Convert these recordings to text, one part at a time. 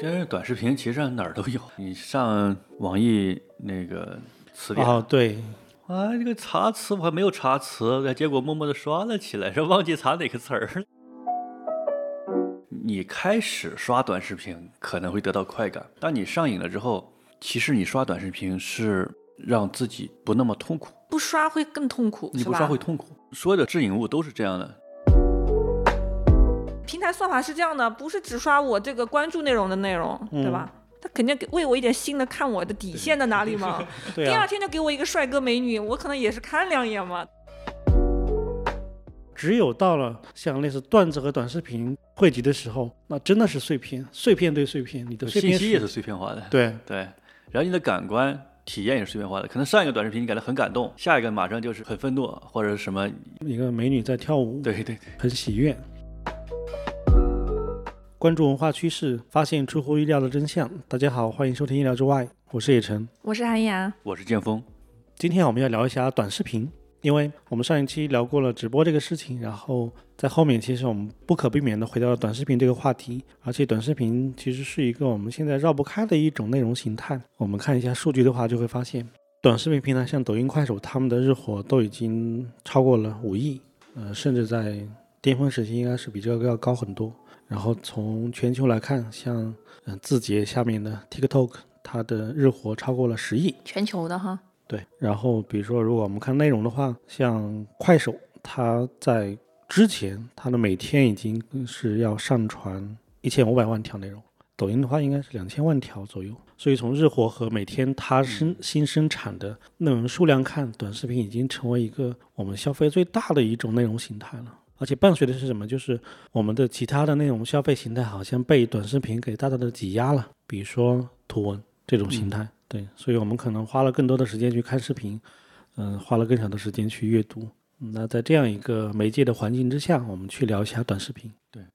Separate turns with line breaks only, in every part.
现在短视频其实上哪儿都有，你上网易那个词典。
哦，对，
啊，这个查词我还没有查词，结果默默的刷了起来，是忘记查哪个词儿了。 你开始刷短视频可能会得到快感，当你上瘾了之后，其实你刷短视频是让自己不那么痛苦，
不刷会更痛苦，
你
是
不
吧
刷会痛苦。所有的致瘾物都是这样的，
平台算法是这样的，不是只刷我这个关注内容的内容，
嗯
对吧？他肯定给为我一点新的，看我的底线在哪 里嘛。
对
第
啊
二，天就给我一个帅哥美女，我可能也是看两眼嘛。
只有到了像类似段子和短视频汇集的时候，那真的是碎片，碎片对碎片，你的碎
信
片
息也是碎片化的。
对
对，然后你的感官体验也是碎片化的。可能上一个短视频你感到很感动，下一个马上就是很愤怒或者什么。
嗯
一个美女在跳舞，
对对对，
很喜悦。关注文化趋势，发现出乎意料的真相。大家好，欢迎收听《意料之外》，我是叶晨。
我是韩阳，
我是剑锋。
今天我们要聊一下短视频，因为我们上一期聊过了直播这个事情，然后在后面其实我们不可避免的回到了短视频这个话题，而且短视频其实是一个我们现在绕不开的一种内容形态。我们看一下数据的话，就会发现短视频平台像抖音、快手，他们的日活都已经超过了五亿，呃，甚至在巅峰时期应该是比这个要高很多。然后从全球来看，像嗯、呃字节下面的 TikTok，它的日活超过了十亿。
全球的哈。
对，然后比如说，如果我们看内容的话，像快手，它在之前它的每天已经是要上传一千五百万条内容，抖音的话应该是两千万条左右。所以从日活和每天它生新生产的内容数量看，短视频已经成为一个我们消费最大的一种内容形态了。而且伴随的是什么？就是我们的其他的内容消费形态好像被短视频给大大的挤压了，比如说图文这种形态。对，所以我们可能花了更多的时间去看视频，嗯、花了更少的时间去阅读。那在这样一个媒介的环境之下，我们去聊一下短视频。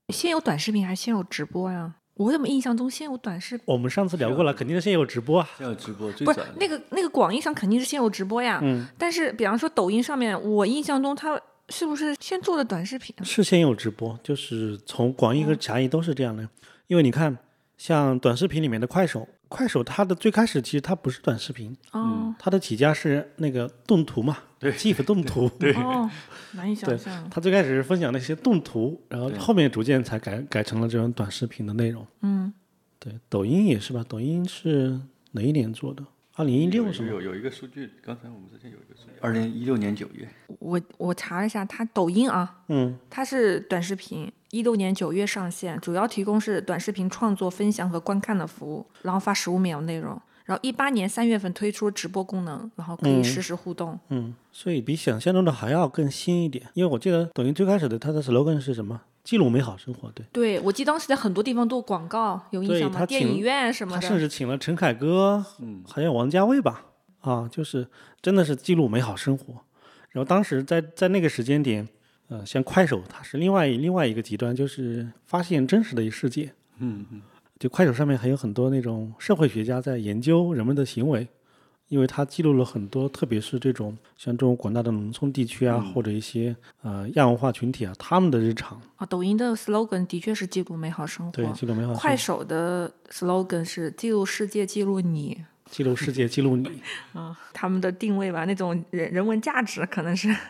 先有短视频还是先有直播呀、我怎么印象中先有短视频？
我们上次聊过了，肯定是先有直播啊。
现在直播最
不
早
是
的
那个那个广义上肯定是先有直播呀。
嗯，
但是比方说抖音上面，我印象中它是不是先做的短视频啊？
是先有直播，就是从广义和狭义都是这样的。因为你看，像短视频里面的快手，快手它的最开始其实它不是短视频，
哦、
它的起家是那个动图嘛，对，GIF 动图，对，
嗯
哦，难以想象。
它最开始是分享那些动图，然后后面逐渐才改改成了这种短视频的内容。
嗯，
对，抖音也是吧？抖音是哪一年做的？二零一六是吗？
有有一个数据，刚才我们之前有一个数据，二零一六年九月，
我我查了一下，它抖音啊，
嗯，
它是短视频，一六年九月上线，主要提供是短视频创作、分享和观看的服务，然后发十五秒内容。然后一八年三月份推出直播功能，然后可以实时互动。
嗯，所以比想象中的还要更新一点。因为我记得抖音最开始的它的 slogan 是什么？记录美好生活，对。
对，我记得当时在很多地方都有广告，有印
对
象吗？
它
电
挺
影院什么
他甚
的。
至请了陈凯歌，嗯，还有王家卫吧，啊，就是真的是记录美好生活。然后当时在在那个时间点，呃，像快手，它是另外另外一个极端，就是发现真实的世界。嗯嗯，就快手上面还有很多那种社会学家在研究人们的行为，因为它记录了很多，特别是这种像这种广大的农村地区啊，或者一些呃亚文化群体啊，他们的日常，
啊，抖音的 slogan 的确是记录美好生
对，
活。
记录美好生
快
活，
手的 slogan 是记录世界，记录你。
记录世界，记录你。
他们的定位吧，那种人人文价值可能是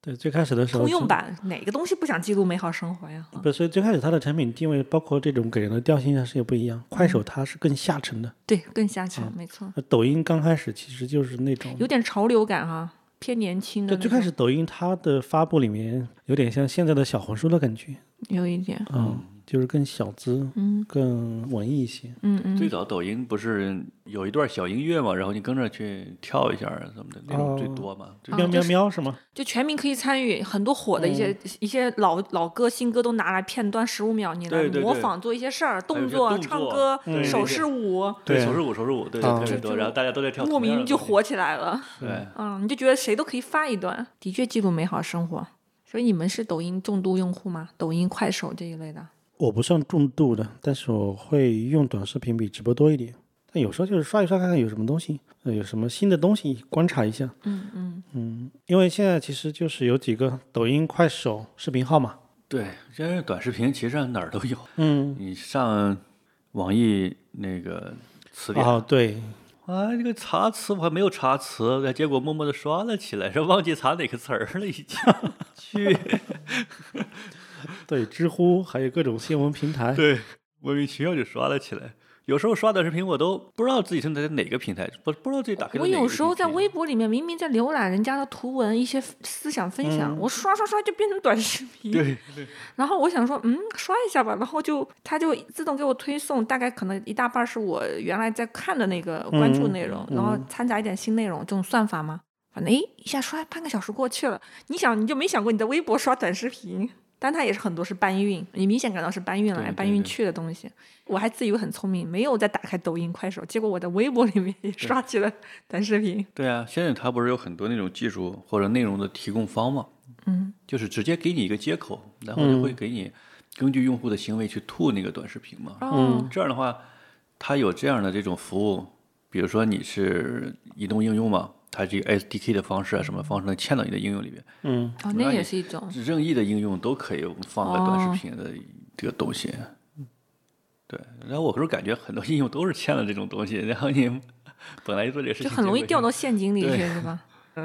对，最开始的时候
通用
就
版，哪个东西不想记录美好生活呀？
不，所以最开始它的产品定位，包括这种给人的调性上是也不一样。快
嗯
手它是更下沉的，
对，更下沉，
嗯
没错，
而抖音刚开始其实就是那种，
有点潮流感哈、偏年轻的
对，
那
最
种。
开始抖音它的发布里面有点像现在的小红书的感觉，
有一点，
嗯，就是更小资，
嗯，
更文艺一些。
嗯嗯，
最早抖音不是有一段小音乐嘛，然后你跟着去跳一下儿什么的，那种最
哦
多嘛。最
喵喵喵是吗？
就全民可以参与，很多火的一些、
嗯
一些老老歌、新歌都拿来片段十五秒，你来
对对
模
对
仿做一些事儿，
有一些
作、
动
唱
作
歌、
对
手
对
势舞，
对
手势舞手势舞，对，
啊
特别多，然后大家都在跳同
哦莫
样的东西，
名就火起来了。
对。
嗯，你就觉得谁都可以发一段，的确记录美好生活。所以你们是抖音重度用户吗？抖音、快手这一类的？
我不算重度的，但是我会用短视频比直播多一点。但有时候就是刷一刷看看有什么东西，呃，有什么新的东西观察一下。
嗯嗯，
因为现在其实就是有几个抖音、快手视频号嘛，
对，现在短视频其实上哪儿都有。
嗯，
你上网易那个词典。
哦，对，
啊，这个查词我还没有查词，结果默默的刷了起来，说忘记查哪个词儿了， 已经。去，
对，知乎还有各种新闻平台，
对，莫名其妙就刷了起来。有时候刷短视频，我都不知道自己正在哪个平台，不不知道自己打开了
我
哪个
有时候
平
在
台
微博里面明明在浏览人家的图文一些思想分享，我刷刷刷就变成短视频，
嗯 对
然后我想说，嗯，刷一下吧，然后就它就自动给我推送，大概可能一大半是我原来在看的那个关
嗯
注内容，然后掺杂一点新内容，这种算法吗？反正诶，一下刷半个小时过去了，你想你就没想过你的微博刷短视频，但它也是很多是搬运，你明显感到是搬运来
对对
搬运
对
去的东西。我还自以为很聪明，没有再打开抖音、快手，结果我的微博里面也刷起了短视 频。
对啊，现在它不是有很多那种技术或者内容的提供方吗？
嗯，
就是直接给你一个接口，然后就会给你根据用户的行为去吐那个短视频嘛。
哦，
这样的话，它有这样的这种服务，比如说你是移动应用嘛，它这个 SDK 的方式啊，什么方式能嵌到你的应用里边，
嗯，
哦，那也是一种。
任意的应用都可以放个短
哦
视频的这个东西。对，然后我是感觉很多应用都是嵌了这种东西，然后你 本来就做这个事
就
情，
很容易
结果
掉到陷阱里去，
对
是吧？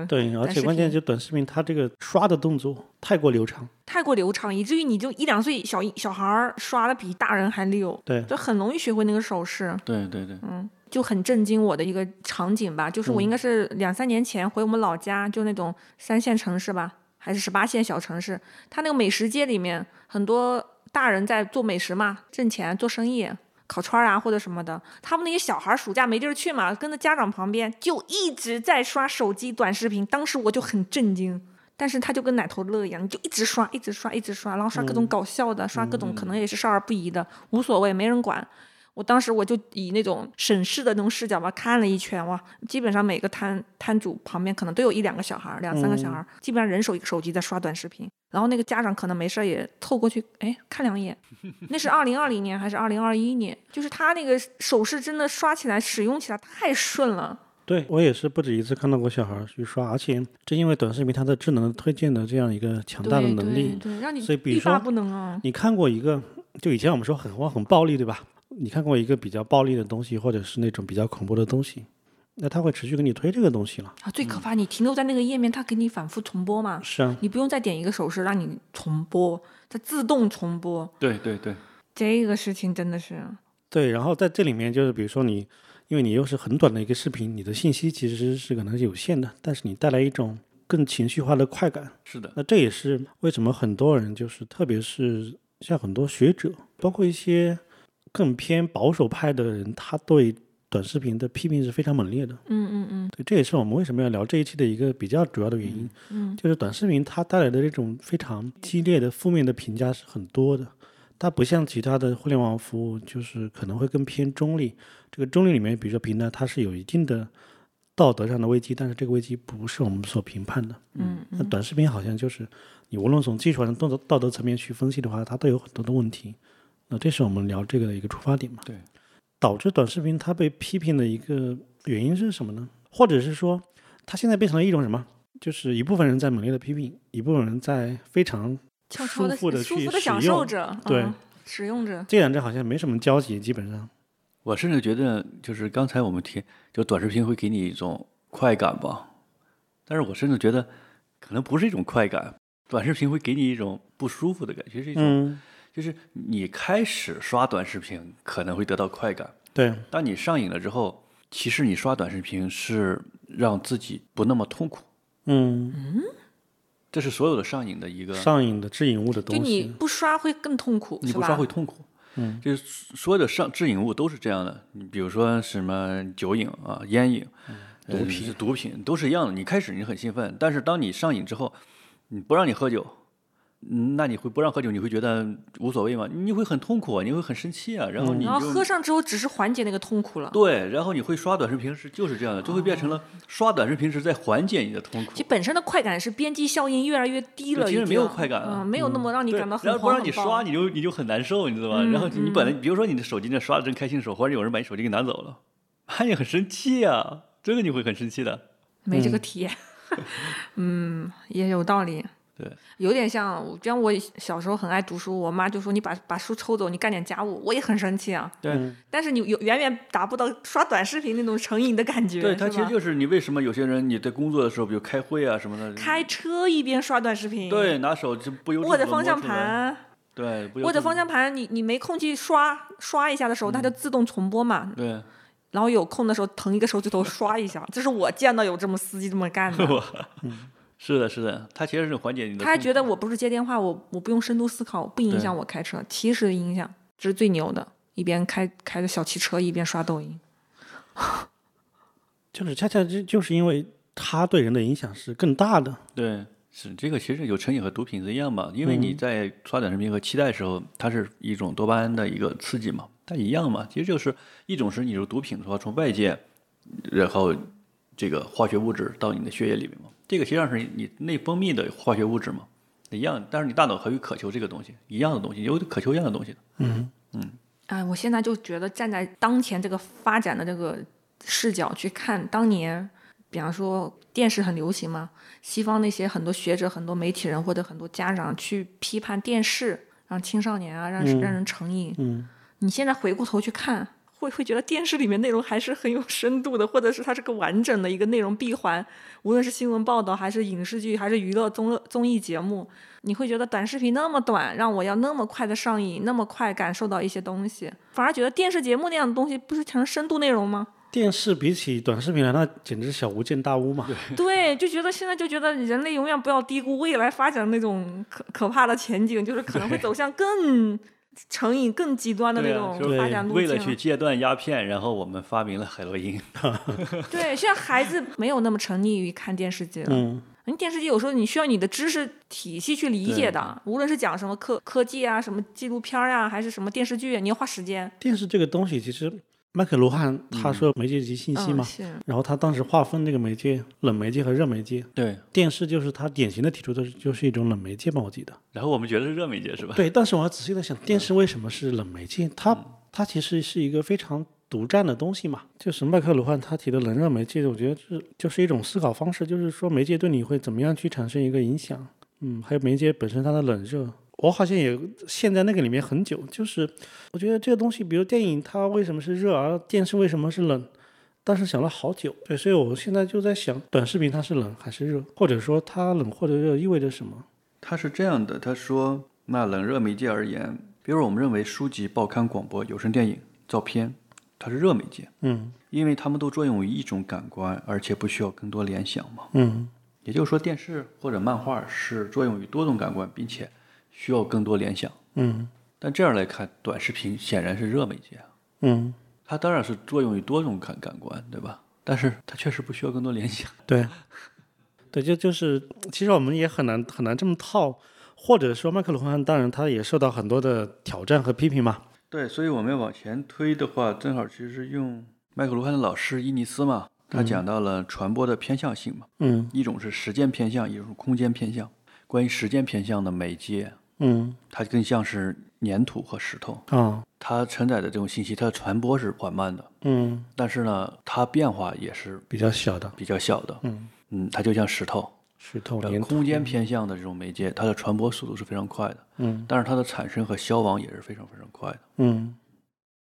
对，而且
短嗯视
关键
频
就短视频，它这个刷的动作太过流畅，
太过流畅，以至于你就一两岁小小孩儿刷的比大人还溜，
对，
就很容易学会那个手势。
对对对，
嗯，就很震惊我的一个场景吧，就是我应该是两三年前回我们老家，就那种三线城市吧，还是十八线小城市，它那个美食街里面很多大人在做美食嘛，挣钱做生意。烤串儿啊，或者什么的，他们那些小孩儿暑假没地儿去嘛，跟着家长旁边就一直在刷手机短视频。当时我就很震惊，但是他就跟奶头乐一样，你就一直刷，一直刷，一直刷，然后刷各种搞笑的，刷各种可能也是少儿不宜的，无所谓，没人管。我当时我就以那种审视的那种视角吧，看了一圈哇，基本上每个摊摊主旁边可能都有一两个小孩儿，两三个
嗯
小孩儿，基本上人手一个手机在刷短视频。然后那个家长可能没事儿也凑过去，哎，看 两眼。那是二零二零年还是二零二一年？就是他那个手势真的刷起来、使用起来太顺了。
对我也是不止一次看到过小孩儿去刷，而且正因为短视频它的智能推荐的这样一个强
对
大的能力，
对对，让你
所以比如
欲罢
说嗯
不能啊。
你看过一个，就以前我们说很话很暴力，对吧？你看过一个比较暴力的东西，或者是那种比较恐怖的东西，那它会持续给你推这个东西了。
啊，最可怕，你停留在那个页面，它给你反复重播嘛，
是啊，
你不用再点一个手势让你重播，它自动重播。
对对对，
这个事情真的是，
对。然后在这里面就是，比如说你，因为你又是很短的一个视频，你的信息其实是可能是有限的，但是你带来一种更情绪化的快感。
是的，
那这也是为什么很多人就是，特别是像很多学者，包括一些更偏保守派的人，他对短视频的批评是非常猛烈的。
嗯嗯嗯，
对，这也是我们为什么要聊这一期的一个比较主要的原因。
嗯，
就是短视频它带来的这种非常激烈的负面的评价是很多的。它不像其他的互联网服务，就是可能会更偏中立。这个中立里面，比如说平台，它是有一定的道德上的危机，但是这个危机不是我们所评判的。
嗯
那短视频好像就是你无论从技术上、道德道德层面去分析的话，它都有很多的问题。那这是我们聊这个的一个出发点嘛？
对，
导致短视频它被批评的一个原因是什么呢？或者是说，它现在变成了一种什么？就是一部分人在猛烈的批评，一部分人在非常
悄悄的
舒服地
舒
去
服的
使
享
用
受着，
对
嗯，使用者，
这两者好像没什么交集，基本上。
我甚至觉得，就是刚才我们提，就短视频会给你一种快感吧，但是我甚至觉得，可能不是一种快感，短视频会给你一种不舒服的感觉，是一种，
嗯，
就是你开始刷短视频可能会得到快感，
对，
当你上瘾了之后，其实你刷短视频是让自己不那么痛苦，
嗯，
这是所有的上瘾的一个，
上瘾的致瘾物的
就
东
你
西，
不刷会更痛苦，
你
是
不刷
吧
会？痛苦。嗯，就是所有的上致瘾物都是这样的，你比如说什么酒瘾啊、烟瘾、毒品、毒品都是一样的。你开始你很兴奋，但是当你上瘾之后，你不让你喝酒，嗯那你会不让喝酒，你会觉得无所谓吗？你会很痛苦啊，你会很生气啊，然后你
然后
就
喝上之后只是缓解那个痛苦了，
对，然后你会刷短视频是就是这样的，就会变
哦
成了刷短视频是在缓解你的痛苦
其实。本身的快感是边际效应越来越低
对
了，
其实
已
没有
经
快感了
嗯，没有那么让你
对，
感到很
然后不
慌
让你
很
刷，
棒。嗯
你就你就很难受，你知道吧？然后你本来，比如说你的手机那刷的正开心的时候，忽然有人把你手机给拿走了，妈，你很生气啊！这个你会很生气的。
嗯没这个体验，嗯，也有道理。有点像，就像我小时候很爱读书，我妈就说你把把书抽走，你干点家务，我也很生气啊。
对
嗯
但是你有远远达不到刷短视频那种成瘾的感觉，
对，它
是
其实
吧
就是你为什么有些人你在工作的时候，比如开会啊什么的，
开车一边刷短视频，
对，拿手就不由自主
握着
地
方
摸
向
出来，
盘，
对，不由
握
自
着
主
方向盘，你你没空去刷刷一下的时候，它就
嗯
自动重播嘛。
对，
然后有空的时候，腾一个手指头刷一下，这是我见到有这么司机这么 干的。
是的，是的，它其实是缓解你的。
嗯他还觉得我不是接电话，我我不用深度思考，不影响我开车。其实影响，这是最牛的，一边开开着小汽车，一边刷抖音。
就是恰恰就就是因为它对人的影响是更大的，
对，是这个其实有成瘾和毒品是一样嘛，因为
嗯
你在刷短视频和期待的时候，它是一种多巴胺的一个刺激嘛，它一样嘛，其实就是一种是你是毒品的话，从外界，然后这个化学物质到你的血液里面嘛，这个实际上是你内分泌的化学物质嘛，一样，但是你大脑还会渴求这个东西，一样的东西，有渴求一样的东西的，
哎，我现在就觉得站在当前这个发展的这个视角去看，当年，比方说电视很流行嘛，西方那些很多学者、很多媒体人或者很多家长去批判电视，让青少年啊，让、让人成瘾。
嗯，
你现在回过头去看，会会觉得电视里面内容还是很有深度的，或者是它是个完整的一个内容闭环，无论是新闻报道，还是影视剧，还是娱乐综乐综艺节目，你会觉得短视频那么短，让我要那么快的上瘾，那么快感受到一些东西，反而觉得电视节目那样的东西不是成深度内容吗？
电视比起短视频来，那简直小巫见大巫嘛。
对，就觉得现在就觉得人类永远不要低估未来发展那种可可怕的前景，就是可能会走向更 成瘾、更极端的那
对啊
种
就是
发展路
为
径。
了去戒断鸦片，然后我们发明了海洛因，
对，现在孩子没有那么沉溺于看电视剧了。
嗯，
你电视剧有时候你需要你的知识体系去理解的，无论是讲什么科科技啊、什么纪录片啊，还是什么电视剧，你要花时间。
电视这个东西其实麦克卢汉他说媒介及信息
嗯
嘛，
是
然后他当时划分这个媒介冷媒介和热媒介，
对，
电视就是他典型的提出的是就是一种冷媒介嘛，我记得。
然后我们觉得是热媒介是吧？
对，但是我还仔细的想，电视为什么是冷媒介？它它其实是一个非常独占的东西嘛。就是麦克卢汉他提的冷热媒介，我觉得是就是一种思考方式，就是说媒介对你会怎么样去产生一个影响。嗯，还有媒介本身它的冷热，我好像也陷在那个里面很久。就是我觉得这个东西，比如电影它为什么是热，而电视为什么是冷？但是想了好久，对，所以我现在就在想，短视频它是冷还是热，或者说它冷或者热意味着什么？
他是这样的，他说，那冷热媒介而言，比如我们认为书籍、报刊、广播、有声电影、照片，它是热媒介，
嗯
因为它们都作用于一种感官，而且不需要更多联想嘛。
嗯
也就是说，电视或者漫画是作用于多种感官，并且需要更多联想。
嗯
但这样来看，短视频显然是热媒介啊，
嗯，
它当然是作用于多种感感官，对吧？但是它确实不需要更多联想。
对，对，就就是，其实我们也很难很难这么套，或者说麦克卢汉当然他也受到很多的挑战和批评嘛。
对，所以我们要往前推的话，正好其实是用麦克卢汉的老师伊尼斯嘛，他讲到了传播的偏向性嘛，
嗯
一种是时间偏向，一种是空间偏向。关于时间偏向的媒介，
嗯
它更像是粘土和石头，
啊
它承载的这种信息，它的传播是缓慢的，
嗯，
但是呢，它变化也是
比较小的
比较小的。嗯它就像石头，
石头
呃
连
空间偏向的这种媒介，它的传播速度是非常快的，
嗯
但是它的产生和消亡也是非常非常快的。
嗯，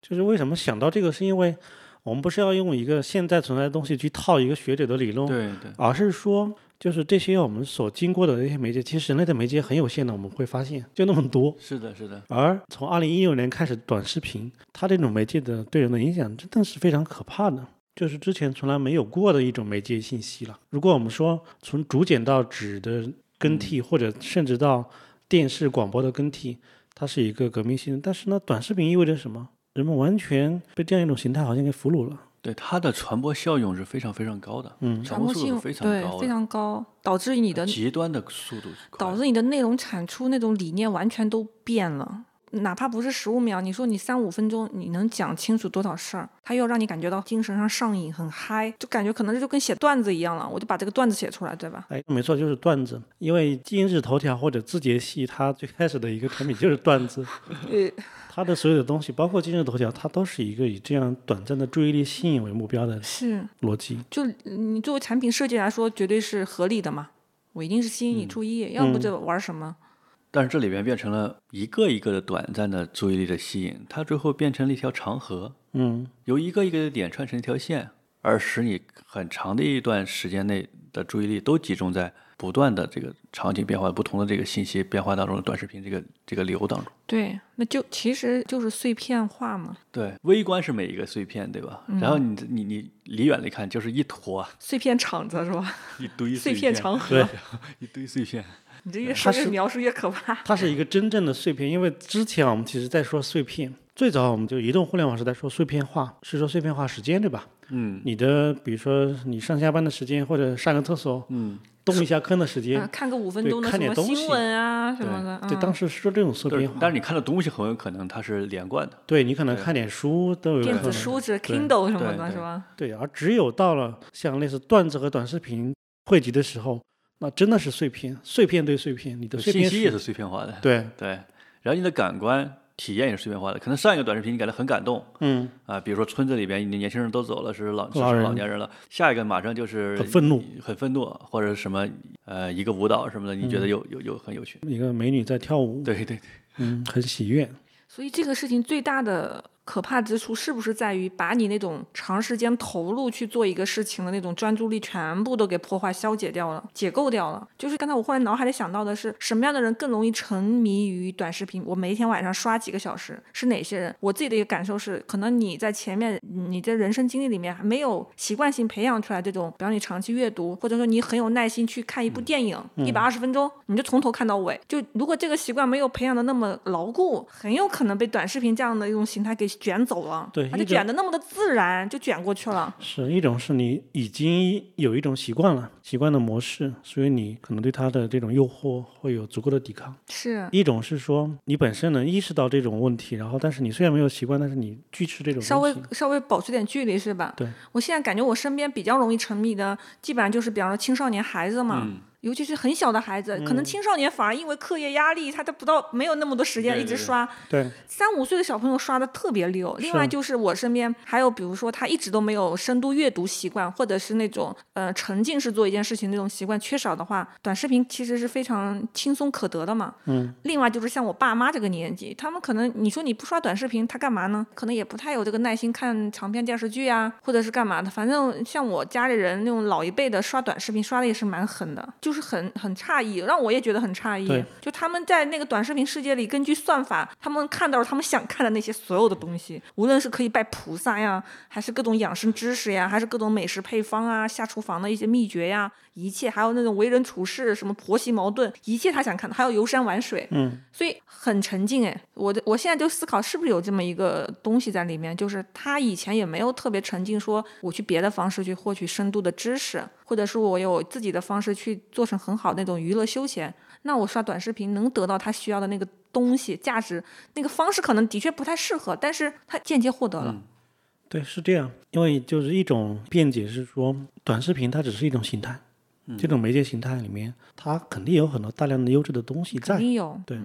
就是为什么想到这个，是因为我们不是要用一个现在存在的东西去套一个学者的理论，
对对
而是说。就是这些我们所经过的这些媒介，其实人类的媒介很有限的，我们会发现就那么多。
是的，是的。
而从二零一六年开始，短视频它这种媒介的对人的影响真的是非常可怕的，就是之前从来没有过的一种媒介信息了。如果我们说从竹简到纸的更替，或者甚至到电视广播的更替，它是一个革命性的。但是呢，短视频意味着什么？人们完全被这样一种形态好像给俘虏了。
对它的传播效用是非常非常高的，
嗯
传播速度是非常
对
高
非
的，
常高，导致你的
极端的速度是快
导
的
致你的内容产出那种理念完全都变了。哪怕不是十五秒，你说你三五分钟，你能讲清楚多少事儿？它又让你感觉到精神上上瘾，很嗨，就感觉可能这就跟写段子一样了。我就把这个段子写出来，对吧？
哎，没错，就是段子。因为今日头条或者字节系，它最开始的一个产品就是段子。
呃，
它的所有的东西，包括今日头条，它都是一个以这样短暂的注意力吸引为目标的
是，
逻辑。
就你作为产品设计来说，绝对是合理的嘛。我一定是吸
嗯
引你注意，要不就玩什么。
但是这里边变成了一个一个的短暂的注意力的吸引，它最后变成了一条长河，
嗯
由一个一个的点串成一条线，而使你很长的一段时间内的注意力都集中在不断的这个场景变化、不同的这个信息变化当中的短视频这个这个流当中。
对，那就其实就是碎片化嘛，
对，微观是每一个碎片，对吧？
嗯
然后你你你离远了一看，就是一坨啊
碎片场子是吧？
一堆
碎
片
片长
对
河，
一堆碎片。
你这越
它
说
是
越描述越可怕。
它是一个真正的碎片，因为之前我们其实在说碎片，最早我们就移动互联网是在说碎片化，是说碎片化时间对吧？
嗯
你的比如说你上下班的时间，或者上个厕所、
嗯，
动一下坑的时间，
啊，看个五分
对
钟的
看
什
点
么
东西
新闻啊什么的，
对，
嗯
当时是说这种碎
但
片
是
化。
但是你看的东西很有可能它是连贯的。
对你可能看点书都有可
电
能
子书之
对
Kindle 什么
对
的，是
对
吧？
对，而只有到了像类似段子和短视频汇集的时候，那真的是碎片，碎片对碎片，你的碎
信
片
息也
是
是碎片化的，
对，
对然后你的感官体验也是碎片化的。可能上一个短视频你感到很感动
嗯，
啊，比如说村子里边你的年轻人都走了，是老是
老人
老年人了，下一个马上就是
很愤怒，
很愤怒，或者什么呃一个舞蹈什么的，你觉
嗯
得有有有很有趣？
一个美女在跳舞，
对对对，
嗯，很喜悦，
所以这个事情最大的可怕之处，是不是在于把你那种长时间投入去做一个事情的那种专注力，全部都给破坏、消解掉了、解构掉了？就是刚才我忽然脑海里想到的是，什么样的人更容易沉迷于短视频？我每一天晚上刷几个小时，是哪些人？我自己的一个感受是，可能你在前面你的人生经历里面还没有习惯性培养出来这种，比方你长期阅读，或者说你很有耐心去看一部
嗯
电影，一百二十分钟，你就从头看到尾。就如果这个习惯没有培养的那么牢固，很有可能被短视频这样的一种形态给卷走了。
对
而
一
且
种
卷的那么的自然，就卷过去了。
是一种是你已经有一种习惯了，习惯的模式，所以你可能对它的这种诱惑会有足够的抵抗；
是，
一种是说你本身能意识到这种问题，然后但是你虽然没有习惯，但是你拒吃这种
稍微
东西
稍微保持点距离是吧？
对，
我现在感觉我身边比较容易沉迷的，基本上就是比方说青少年孩子
嗯
嘛。尤其是很小的孩子，可能青少年反而因为课业压力，他都不到没有那么多时间
对
一直
对对
刷，
对，
三五岁的小朋友刷的特别溜。另
是
外就是我身边还有，比如说他一直都没有深度阅读习惯，或者是那种呃沉浸式做一件事情那种习惯缺少的话，短视频其实是非常轻松可得的嘛。
嗯。
另外就是像我爸妈这个年纪，他们可能你说你不刷短视频，他干嘛呢？可能也不太有这个耐心看长篇电视剧啊，或者是干嘛的。反正像我家里人那种老一辈的刷短视频刷的也是蛮狠的，就是很很诧异，让我也觉得很诧
对
异。就他们在那个短视频世界里，根据算法，他们看到了他们想看的那些所有的东西，无论是可以拜菩萨呀，还是各种养生知识呀，还是各种美食配方啊、下厨房的一些秘诀呀，一切还有那种为人处事、什么婆媳矛盾，一切他想看的，还有游山玩水，
嗯，
所以很沉浸哎。我的我现在就思考是不是有这么一个东西在里面，就是他以前也没有特别沉浸，说我去别的方式去获取深度的知识，或者是我有自己的方式去做成很好那种娱乐休闲。那我刷短视频能得到他需要的那个东西价值，那个方式可能的确不太适合，但是他间接获得了。
嗯对，是这样，因为就是一种辩解是说，短视频它只是一种形态，这种媒介形态里面，它肯定有很多大量的优质的东西
肯
在，
定有，
对。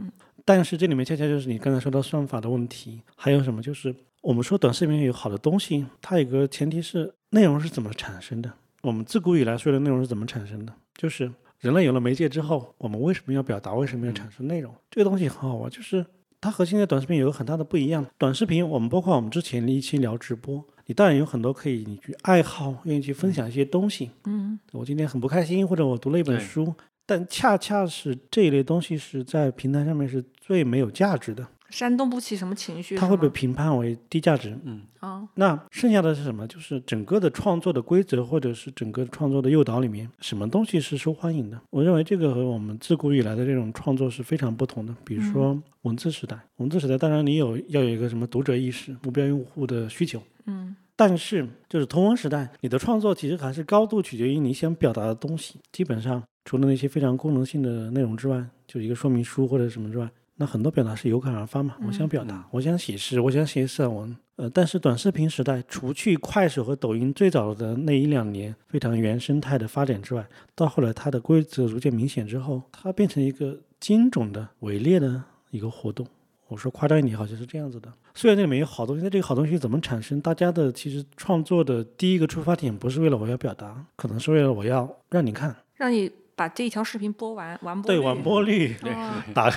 但是这里面恰恰就是你刚才说到算法的问题，还有什么就是我们说短视频有好的东西，它有个前提是内容是怎么产生的。我们自古以来说的内容是怎么产生的，就是人类有了媒介之后，我们为什么要表达，为什么要产生内容？这个东西很好玩，就是它和现在短视频有个很大的不一样。短视频，我们包括我们之前的一期聊直播，你当然有很多可以你去爱好，愿意去分享一些东西。
嗯，
我今天很不开心，或者我读了一本
对
书，但恰恰是这一类东西是在平台上面是最没有价值的，
煽动不起什么情绪是
它
吗，
会被评判为低价值。
嗯
啊，
那剩下的是什么？就是整个的创作的规则，或者是整个创作的诱导里面，什么东西是受欢迎的？我认为这个和我们自古以来的这种创作是非常不同的。比
嗯
如说文字时代，文字时代当然你有要有一个什么读者意识、目标用户的需求，
嗯，
但是就是同文时代，你的创作其实还是高度取决于你想表达的东西。基本上除了那些非常功能性的内容之外，就一个说明书或者什么之外，那很多表达是有感而发嘛。我想表达，我想写诗，我想写散文。呃，但是短视频时代，除去快手和抖音最早的那一两年非常原生态的发展之外，到后来它的规则逐渐明显之后，它变成一个精准的、伪劣的一个活动。我说夸张一点，好像是这样子的。虽然这里面有好东西，但这个好东西怎么产生？大家的其实创作的第一个出发点不是为了我要表达，可能是为了我要让你看，
让你把这一条视频播完，完播
对
率
完播率
对
哦
打，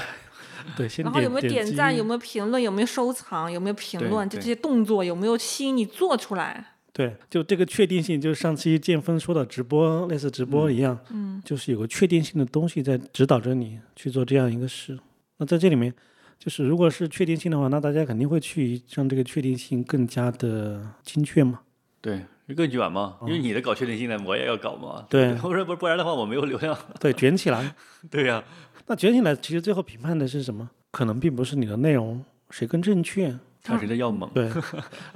对先
然后
点
有没有
点
点
击
赞，有没有评论，有没有收藏，有没有评
对
论，就
对
这些动作有没有吸引你做出来？
对，就这个确定性，就是上期建峰说的直播，类似直播一样，
嗯，
就是有个确定性的东西在指导着你去做这样一个事。那在这里面，就是如果是确定性的话，那大家肯定会去让这个确定性更加的精确嘛。
对，更卷嘛，因为你的搞确定性的，我也要搞嘛。
嗯对
不然不不然的话， 我没有流量。
对，卷起来。
对呀、
那卷起来，其实最后评判的是什么？可能并不是你的内容谁更正 确，
看谁的要猛。
对，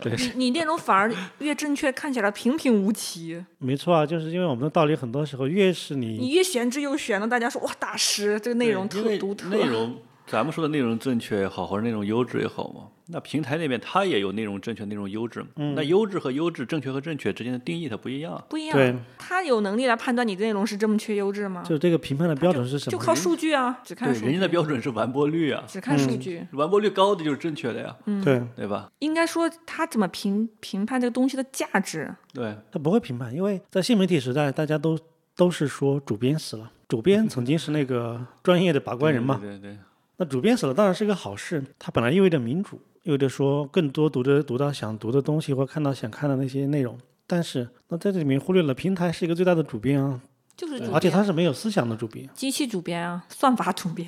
对，
你你内容反而越正确，看起来平平无奇，
没错啊，就是因为我们的道理，很多时候越是
你越玄之又玄的，大家说哇大师，这个内
对
容
因
特
为
独特，
内容，咱们说的内容正确也好，或者内容优质也好嘛，那平台那边它也有内容正确、内容优质嘛。
嗯
那优质和优质、正确和正确之间的定义它不一样。
不一
对
样。他有能力来判断你的内容是正确优质吗？
就这个评判的标准是什
就
么？
靠数据啊，只看
对，
数
人家
据，
的标准是完播率啊，
只看数据。
完播率高的就是正确的呀，
嗯
对，
对吧？
应该说他怎么评评判这个东西的价值？
对，
他不会评判，因为在新媒体时代，大家都都是说主编死了，主编曾经是 那个专业的把关人嘛，
对对对，
那主编死了当然是个好事，它本来意味着民主，意味着说更多读者读到想读的东西或看到想看的那些内容。但是，那在这里面忽略了平台是一个最大的主编啊，
就是主
而且
编、
他是没有思想的主编。
机器主编啊，算法主编，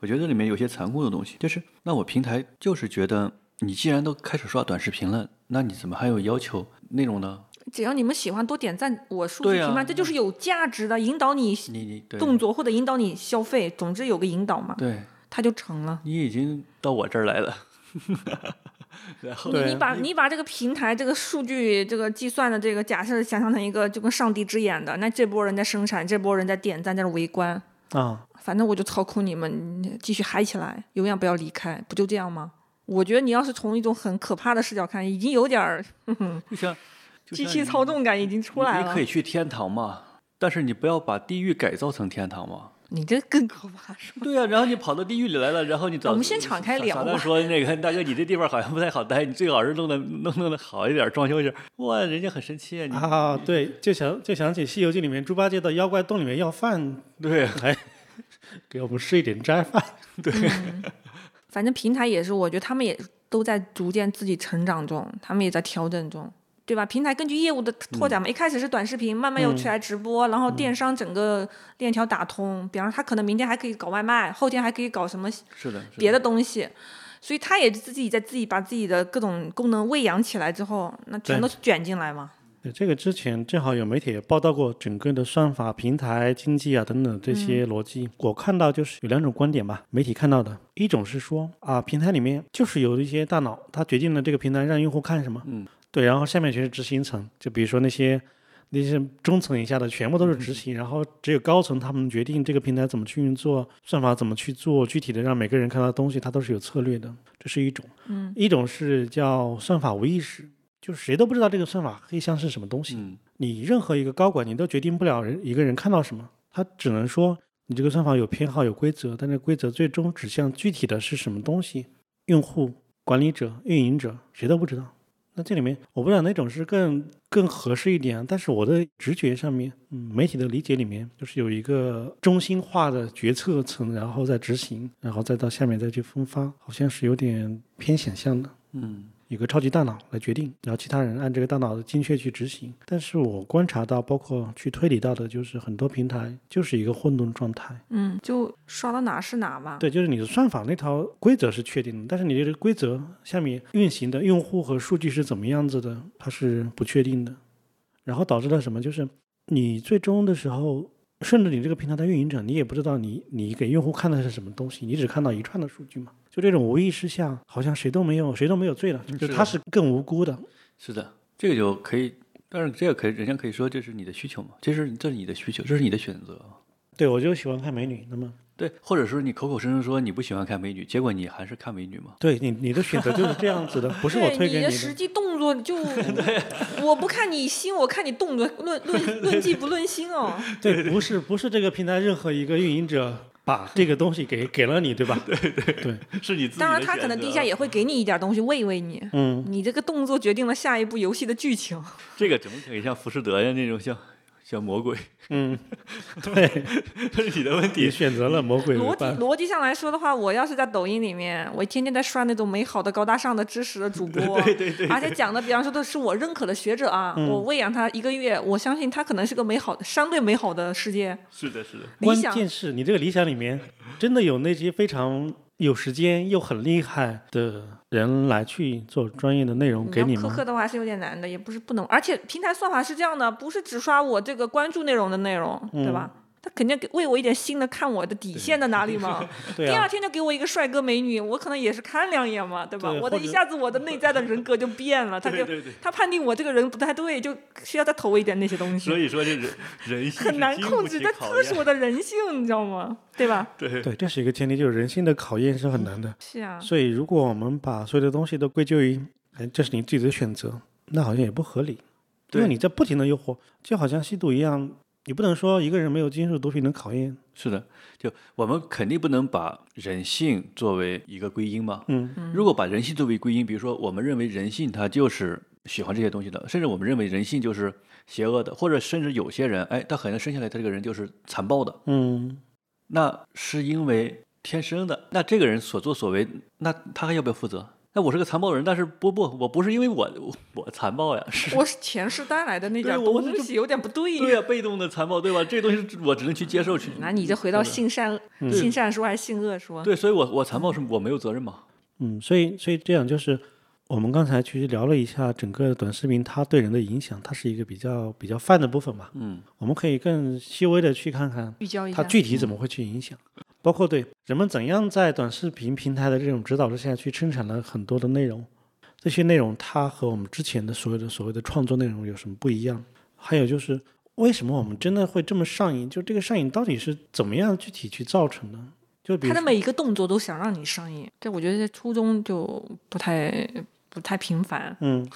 我觉得这里面有些残酷的东西，就是那我平台就是觉得你既然都开始刷短视频了，那你怎么还有要求内容呢？
只要你们喜欢多点赞，我数据
对啊
评判，这就是有价值的，引导你
你你对
动作或者引导你消费，总之有个引导嘛，
对
它就成了。
你已经到我这儿来了，然后
对
你把你把这个平台这个数据这个计算的这个假设想象成一个就跟上帝之眼的，那这波人在生产，这波人在点赞，在这围观，
啊，
反正我就操控你们，你继续嗨起来，永远不要离开，不就这样吗？我觉得你要是从一种很可怕的视角看，已经有点儿
就像就
机
像
器
你
操纵感已经出来
你
了。
可以去天堂嘛，但是你不要把地狱改造成天堂嘛。
你这更可怕是吧？
对呀、然后你跑到地狱里来了，然后你找
我们先敞开聊
傻
吧
蛋说那个大哥，你这地方好像不太好待，你最好是弄得弄弄得好一点，装修一下。哇，人家很生气啊，你、
啊，对，就想就想起《西游记》里面猪八戒到妖怪洞里面要饭，
对，
给我们吃一点斋饭。
反正平台也是，我觉得他们也都在逐渐自己成长中，他们也在调整中，对吧？平台根据业务的
嗯
拓展嘛，一开始是短视频，慢慢又起来直播，然后电商整个链条打通，比方说他可能明天还可以搞外卖，后天还可以搞什么
是的，是的
别的东西。所以他也自己在自己把自己的各种功能喂养起来之后，那全都卷进来嘛。
对，这个之前正好有媒体也报道过整个的算法、平台、经济啊等等这些逻辑。我看到就是有两种观点吧，媒体看到的，一种是说啊，平台里面就是有一些大脑，它决定了这个平台让用户看什么，
嗯，
对，然后下面全是执行层，就比如说那些那些中层以下的全部都是执行，然后只有高层他们决定这个平台怎么去运作，算法怎么去做，具体的让每个人看到的东西，它都是有策略的，这是一种。
嗯，
一种是叫算法无意识，就是谁都不知道这个算法黑箱是什么东西，
嗯，
你任何一个高管，你都决定不了人一个人看到什么，他只能说你这个算法有偏好、有规则，但这规则最终指向具体的是什么东西，用户、管理者、运营者谁都不知道。那这里面我不知道哪种是更更合适一点啊，但是我的直觉上面，嗯，媒体的理解里面就是有一个中心化的决策层，然后再执行，然后再到下面再去分发，好像是有点偏想象的。
嗯，
有个超级大脑来决定，然后其他人按这个大脑的精确去执行。但是我观察到，包括去推理到的，就是很多平台就是一个混沌状态。
嗯，就刷到哪是哪吧。
对，就是你的算法那条规则是确定的，但是你这个规则下面运行的用户和数据是怎么样子的，它是不确定的。然后导致了什么？就是你最终的时候，甚至你这个平台的运营者，你也不知道你你给用户看的是什么东西，你只看到一串的数据嘛。就这种无意识下，好像谁都没有谁都没有罪了，就是他
的
是更无辜的。
是的，这个就可以，但是这个可以，人家可以说这是你的需求嘛，这是这是你的需求，这是你的选择。
对，我就喜欢看美女。那么，
对，或者说你口口声声说你不喜欢看美女，结果你还是看美女嘛？
对你你的选择就是这样子 的，不是我
对
推给
的
你
实
的。
际动作 就，我不看你心，我看你动作，论论论技不论心哦。
对，不是不是这个平台任何一个运营者把这个东西给给了你，对 吧？对对对，
是你自己的
当然，他可能
选择
底下也会给你一点东西喂喂你。
嗯，
你这个动作决定了下一步游戏的剧情。
这个整可以像浮士德呀那种像像魔鬼，
嗯，对，
这是你的问
你
题。
选择了魔鬼
逻
的
辑
办法。
逻辑上来说的话，我要是在抖音里面，我天天在刷那种美好的、高大上的知识的主播，
对对对嗯
而且讲的，比方说都是我认可的学者啊，我喂养他一个月，我相信他可能是个美好的、相对美好的世界
是的，是的，
理
关
想。
键是你这个理想里面真的有那些非常有时间又很厉害的人来去做专业的内容给
要
你
苛
吗？
刻的话还是有点难的，也不是不能，而且平台算法是这样的，不是只刷我这个关注内容的内容，
嗯
对吧？他肯定给喂我一点新的，看我的底线在哪 里嘛。
对
第二
啊，
天就给我一个帅哥美女，我可能也是看两眼嘛，对吧？
对
我的
或者
一下子我的内在的人格就变了，他就
对对对。
他判定我这个人不太对，就需要再投喂一点那些东
所
西，
以说这人人性
很难
是经
控
不
制，
起
这
考
这是
验
我的人性，你知道吗？对吧？
对
对，这是一个前提，就是人性的考验是很难的。
是啊，
所以，如果我们把所有的东西都归咎于，哎，这是你自己的选择，那好像也不合理。因为
对
你在不停的诱惑，就好像吸毒一样，你不能说一个人没有经受毒品的考验。
是的，就我们肯定不能把人性作为一个归因嘛。
嗯，
如果把人性作为归因，比如说我们认为人性它就是喜欢这些东西的，甚至我们认为人性就是邪恶的，或者甚至有些人，哎，他可能生下来他这个人就是残暴的，
嗯，
那是因为天生的。那这个人所作所为，那他还要不要负责？那我是个残暴人，但是不不，我不是因为我我我残暴呀， 是
我是前世带来的那点
对我
东西有点不对
对呀、啊被动的残暴，对吧？这东西是我只能去接受去。
那你就回到
对
性善性善说还是性恶说？
对，所以我我残暴是我没有责任嘛。
嗯，所以所以这样就是，我们刚才其实聊了一下整个短视频它对人的影响，它是一个比较比较泛的部分嘛。
嗯，
我们可以更细微的去看看
聚焦一
它
下，
具体怎么会去影响，包括对人们怎样在短视频平台的这种指导之下去生产了很多的内容，这些内容它和我们之前的所有的所谓的创作内容有什么不一样？还有就是为什么我们真的会这么上瘾？就这个上瘾到底是怎么样具体去造成的？就比
他
如
的
说
每一个动作都想让你上瘾，这我觉得在初中就不太不太频繁，
嗯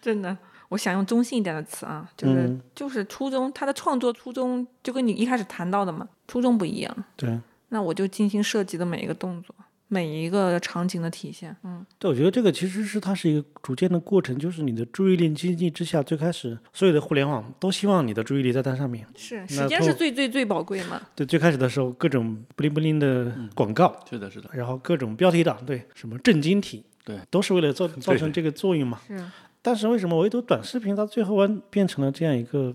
真的。我想用中性一点的词啊，就是、
嗯
就是初衷，他的创作初衷就跟你一开始谈到的嘛，初衷不一样。
对。
那我就精心设计的每一个动作，每一个场景的体现。嗯，
对，我觉得这个其实是它是一个逐渐的过程，就是你的注意力经济之下，最开始所有的互联网都希望你的注意力在它上面。
是
那
时间
透
是最最最宝贵嘛。
对，最开始的时候各种不灵不灵的
嗯
广告，
是的，是的，
然后各种标题党，对什么震惊体，
对，
都是为了造造成这个作用嘛。
是
但是为什么唯独短视频到最后完变成了这样一个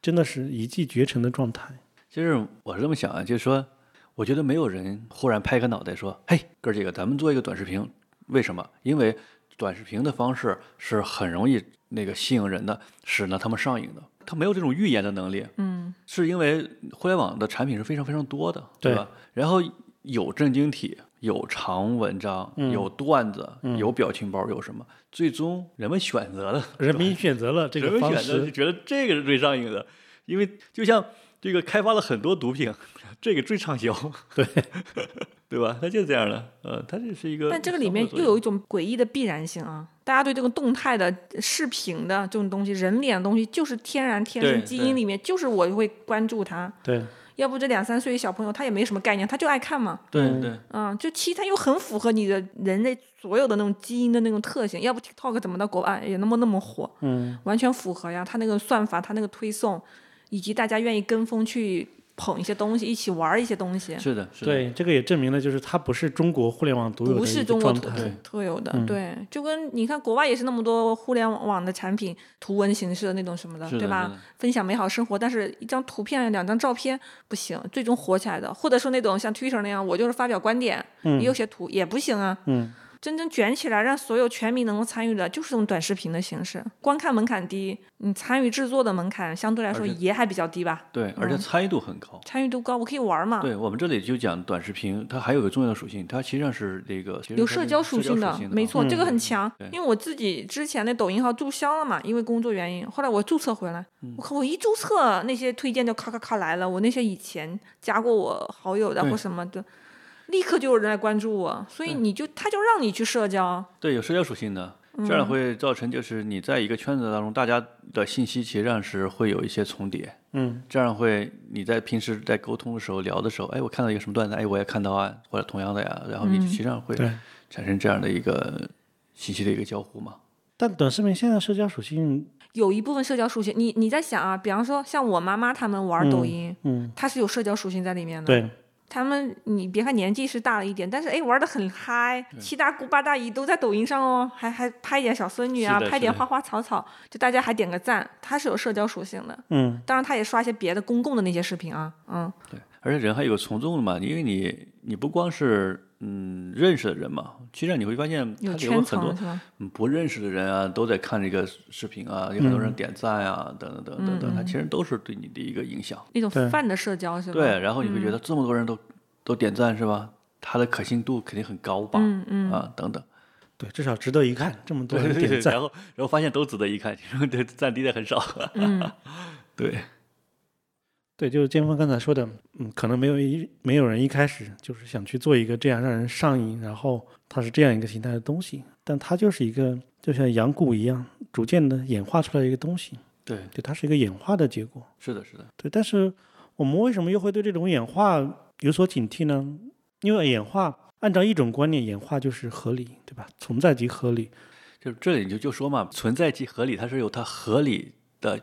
真的是一骑绝尘的状态？
其实我是这么想啊，就是说，我觉得没有人忽然拍个脑袋说：“嘿，哥儿几个，咱们做一个短视频。”为什么？因为短视频的方式是很容易那个吸引人的，使呢他们上瘾的。他没有这种预言的能力，
嗯，
是因为互联网的产品是非常非常多的，
对
吧？然后有正经体，有长文章，
嗯
有段子，有表情包，有什么？最终人们选择了
人民选择了这
人
个
们
方
选择就
式，
觉得这个是最上瘾的，因为就像这个开发了很多毒品， 这个最畅销，对 对吧？它就这样的，呃，它这是一个。
但这个里面又有一种诡异的必然性啊！大家对这个动态的、视频的这种东西、人脸的东西，就是天然天
对
生基
对
因里面，就是我会关注他。
对，
要不这两三岁小朋友他也没什么概念，他就爱看嘛。
对对
嗯，就其实它又很符合你的人类所有的那种基因的那种特性，要不 TikTok 怎么到国外也那么那么火？
嗯，
完全符合呀，它那个算法，它那个推送，以及大家愿意跟风去捧一些东西，一起玩一些东西，
是的，是的，
对，这个也证明了就是它不是中国互联网独有
不
的一
是
个
中国
状
特
态，
特有的。对，就跟你看国外也是那么多互联网的产品，图文形式的那种什么的，
是的
对
是
吧
的？
分享美好生活，但是一张图片、两张照片不行，最终火起来的，或者说那种像 Twitter 那样，我就是发表观点，也有些图也不行啊。
嗯，
真正卷起来，让所有全民能够参与的，就是这种短视频的形式。观看门槛低，你参与制作的门槛相对来说
而且
也还比较低吧？
对，而且参与度很高。
参与度高，我可以玩嘛？
对我们这里就讲短视频，它还有个重要的属性，它其实上是这个
有社交属
性啊嗯
性的，没错，这个很强
对。
因为我自己之前那抖音号注销了嘛，因为工作原因，后来我注册回来，我靠，我一注册那些推荐就咔咔咔来了，我那些以前加过我好友的
对
或什么的，立刻就有人来关注我，所以你就他就让你去社交，
对，有社交属性的，
嗯
这样会造成就是你在一个圈子当中，大家的信息其实上是会有一些重叠。
嗯，
这样会你在平时在沟通的时候聊的时候，哎，我看到一个什么段子，哎，我也看到啊，或者
嗯
同样的呀，然后你其实上会
对
产生这样的一个信息的一个交互嘛。
但短视频现在社交属性，
有一部分社交属性，你你在想啊，比方说像我妈妈他们玩抖音，
嗯，
它是有社交属性在里面的。
对，
他们，你别看年纪是大了一点，但是哎，玩的很嗨，七大姑八大姨都在抖音上哦，还还拍一点小孙女啊，
是的
拍点
是的
花花草草，就大家还点个赞，它是有社交属性的。
嗯，
当然，他也刷一些别的公共的那些视频啊，嗯，
对，而且人还有个从众的嘛，因为你你不光是嗯认识的人嘛，其实你会发现他
有
有
圈
很多
层是吧？
嗯不认识的人啊都在看这个视频啊，有很多人点赞啊，等等等等等，它其实都是对你的一个影响。
那种
对
泛的社交是吧？
对，嗯然后你会觉得这么多人都都点赞是吧？它的可信度肯定很高吧？
嗯嗯，
啊，等等，
对，至少值得一看，这么多
对
人
对对，
点赞
然，后然后发现都值得一看， 对，赞低的很少。
嗯，
啊对，
对，就是剑锋刚才说的，嗯，可能没有一没有人一开始就是想去做一个这样让人上瘾，然后它是这样一个形态的东西，但它就是一个就像养蛊一样，逐渐的演化出来一个东西，
对，
对，它是一个演化的结果，
是的，是的，
对，但是我们为什么又会对这种演化有所警惕呢？因为演化按照一种观念，演化就是合理，对吧？存在即合理，
就是这里就就说嘛，存在即合理，它是有它合理的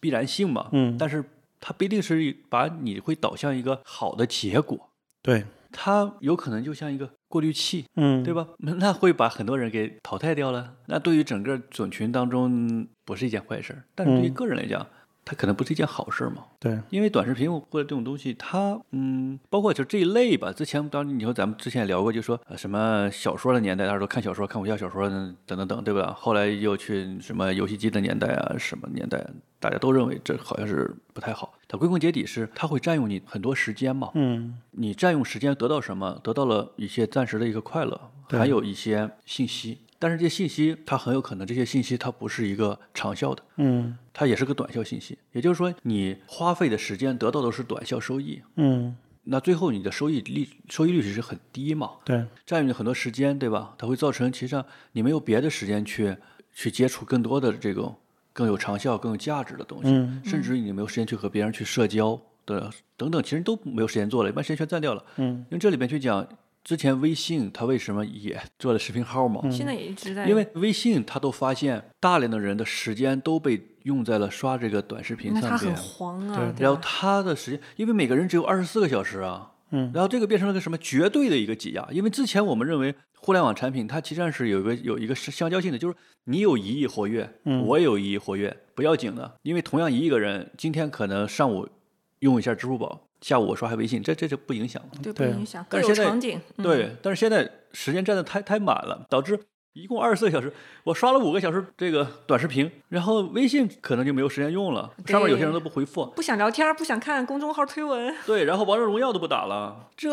必然性嘛，
嗯，
但是它不一定是把你会导向一个好的结果，
对，
它有可能就像一个过滤器，
嗯，
对
吧？
吧？那会把很多人给淘汰掉了。那对于整个种群当中不是一件坏事儿，但是对于
嗯
个人来讲，它可能不是一件好事儿嘛。
对，
因为短视频或者这种东西，它嗯，包括就这一类吧。之前当然你说咱们之前也聊过，就说、呃什么小说的年代，大家都看小说、看武侠小说嗯等等等，对吧？后来又去什么游戏机的年代啊，什么年代，大家都认为这好像是不太好。它归根结底是它会占用你很多时间嘛。
嗯，
你占用时间得到什么？得到了一些暂时的一个快乐，
对
还有一些信息。但是这些信息，它很有可能这些信息它不是一个长效的，
嗯，
它也是个短效信息。也就是说，你花费的时间得到的是短效收益，
嗯，
那最后你的收益率收益率其实很低嘛，
对，
占用你很多时间，对吧？它会造成其实上你没有别的时间去去接触更多的这种更有长效、更有价值的东西，
嗯
甚至于你没有时间去和别人去社交的等等，其实都没有时间做了，把时间全占掉了。
嗯，
因为这里边去讲，之前微信它为什么也 做了视频号 嘛？
嗯现在也一直在，
因为微信它都发现大量的人的时间都被用在了刷这个短视频
那他
上
很
边。
黄啊，
对
对
然后
吧
他的时间，因为每个人只有二十四个小时啊，
嗯，
然后这个变成了个什么绝对的一个挤压，因为之前我们认为互联网产品它其实上是有一个有一个是相交性的，就是你有一亿活跃，
嗯
我也有一亿活跃，不要紧的，因为同样一亿个人，今天可能上午用一下支付宝，下午我刷下微信，这这就不影响嘛。
对不
对
影响，各
但是
有
现在
场景，嗯，
对，但是现在时间占的太太满了，导致一共二十四个小时，我刷了五个小时这个短视频，然后微信可能就没有时间用了，上面有些人都不回复，
不想聊天，不想看公众号推文，
对，然后王者荣耀都不打了，这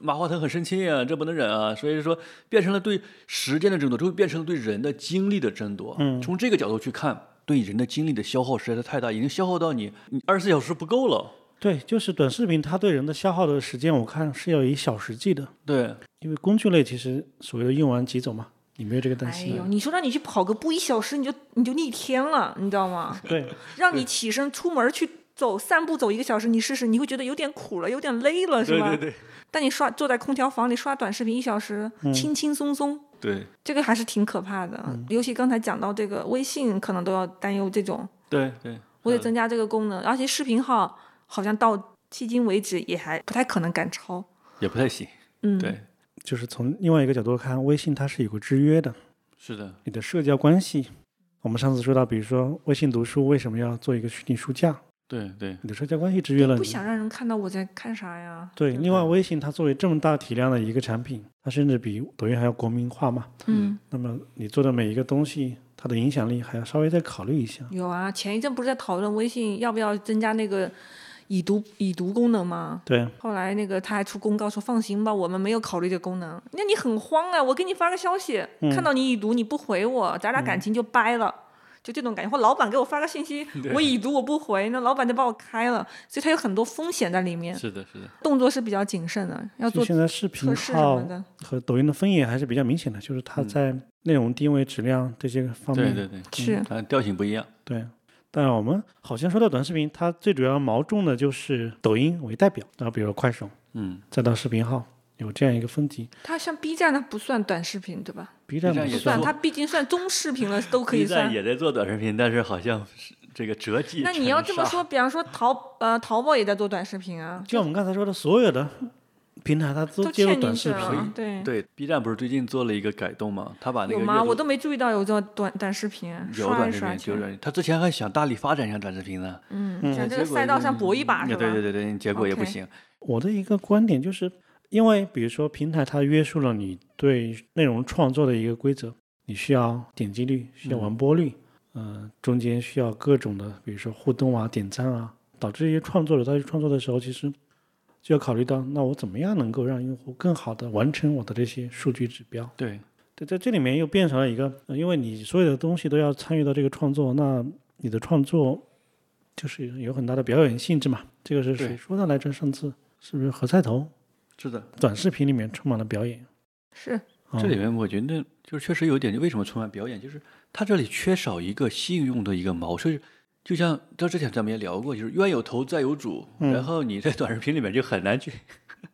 马化腾很生气啊，这不能忍啊，所以说变成了对时间的争夺，就会变成了对人的精力的争夺。
嗯
从这个角度去看，对人的精力的消耗实在是太大，已经消耗到你你二十四小时不够了。
对，就是短视频，它对人的消耗的时间，我看是要以小时计的，
对，
因为工具类其实所谓的用完即走嘛，你没有这个担
哎
心。
呦，你说让你去跑个步一小时，你就你就逆天了，你知道吗？
对，
让你起身出门去走散步走一个小时，你试试，你会觉得有点苦了，有点累了，是
对
吧？
对对
但你刷坐在空调房里刷短视频一小时，
嗯
轻轻松松，
对
这个还是挺可怕的。
嗯
尤其刚才讲到这个微信，可能都要担忧这种，
对对，
我得
嗯
增加这个功能。而且视频号好像到迄今为止也还不太可能赶超。
也不太行。
嗯，
对，
就是从另外一个角度看，微信它是有个制约的，
是的，
你的社交关系。我们上次说到，比如说微信读书为什么要做一个虚拟书架，
对对
你的社交关系制约了
不
你。
想让人看到我在看啥呀。
对，
不
另外微信它作为这么大体量的一个产品，它甚至比抖音还要国民化嘛。
嗯，
那么你做的每一个东西，它的影响力还要稍微再考虑一下。
有啊，前一阵不是在讨论微信要不要增加那个已读已读功能吗？
对，啊
后来那个他还出公告说放心吧，我们没有考虑这个功能。那你很慌啊！我给你发个消息，
嗯
看到你已读你不回我，咱俩感情就掰了，就这种感觉。或老板给我发个信息，
嗯
我已读我不回，那老板就把我开了。所以它有很多风险在里面，
是的，是的，
动作是比较谨慎的，要
就
做
现在视频
测试什
号
么的。
和抖音的分野还是比较明显的，就是它在内容定位、质量这些方面。
对对对，
是，
它调性不一样。
对但我们好像说到短视频，它最主要锚重的就是抖音为代表，然后比如快手，
嗯，
再到视频号，有这样一个分级。
它像 B 站，它不算短视频，对吧？
B 站
B 站
不
也
不
做
算，
算，
它毕竟算中视频了，都可以
B 站
算。
也在做短视频，但是好像是这个折戟。
那你要这么，说，比方说淘呃淘宝也在做短视频啊，
就我们刚才说的，所有的平台它
都
都接入
嵌进
短
去
视
了
频。。
对，
对 B 站不是最近做了一个改动吗？他把那个
有
阅
吗？
读
我都没注意到有这种短短视频，
有
刷
短
一
视
刷
频，
去
有。短视频，他之前还想大力发展一下短视频呢，
嗯，想这
结
个
果
赛道上搏一把
嗯
是吧？
对对对对，结果也不
OK
行。
我的一个观点就是，因为比如说平台它约束了你对内容创作的一个规则，你需要点击率，需要
嗯
完播率，嗯、中间需要各种的，比如说互动啊、点赞啊，导致一些创作者在创作的时候，其实就要考虑到，那我怎么样能够让用户更好的完成我的这些数据指标。
对，
对，在这里面又变成了一个，呃因为你所有的东西都要参与到这个创作，那你的创作就是有很大的表演性质嘛。这个是
对
谁说的来着？上次是不是何菜头？
是的，
短视频里面充满了表演。
是
啊
这里面我觉得就是确实有一点，就为什么充满表演，就是它这里缺少一个信用的一个锚，所以就像到之前咱们也聊过，就是冤有头债有主，
嗯
然后你在短视频里面就很难去